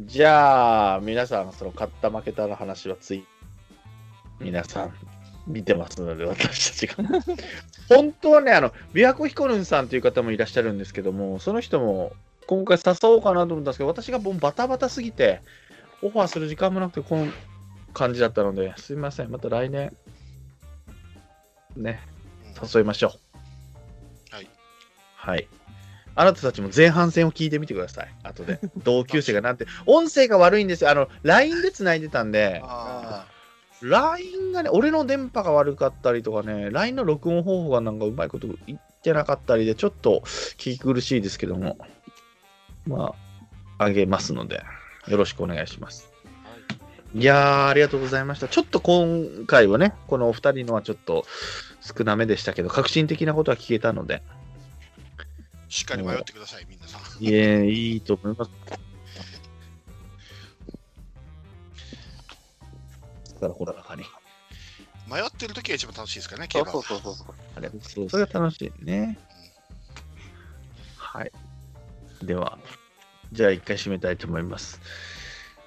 A: じゃあ、皆さん、その勝った負けたの話はつい、皆さん見てますので、私たちが。 本当はね、あの、琵琶湖彦ルンさんという方もいらっしゃるんですけども、その人も今回誘おうかなと思ったんですけど、私がもうバタバタすぎて、オファーする時間もなくて、この感じだったので、すいません、また来年、ね、
C: うん
A: 誘いましょう。
C: はい。
A: はい。あなたたちも前半戦を聞いてみてください。後 で。同級生がなんて。音声が悪いんですよ。あの、LINE で繋いでたんで、
C: あ
A: LINE がね、俺の電波が悪かったりとかね、LINE の録音方法がなんかうまいこと言ってなかったりで、ちょっと聞き苦しいですけども、まあ、あげますので、よろしくお願いします。いやー、ありがとうございました。ちょっと今回はね、このお二人のはちょっと少なめでしたけど、革新的なことは聞けたので、
C: あしっかり迷ってください、みんなさん。
A: いえ、いいと思います。だから、ほら、中に。
C: 迷ってる時が一番楽しいですからね、競
B: そう
C: 馬
B: そう
C: は。
B: そうそう
A: あれそれが楽しいね。はい。では、じゃあ一回締めたいと思います。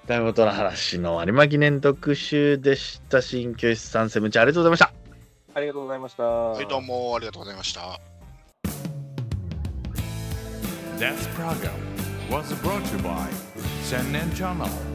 A: ダメ元の話の有馬記念特集でした。新教室さん、セブンちゃん、ありがとうございました。
B: ありがとうございました
C: はい、どうもありがとうございました。
D: This program was brought to you by Sennen Channel.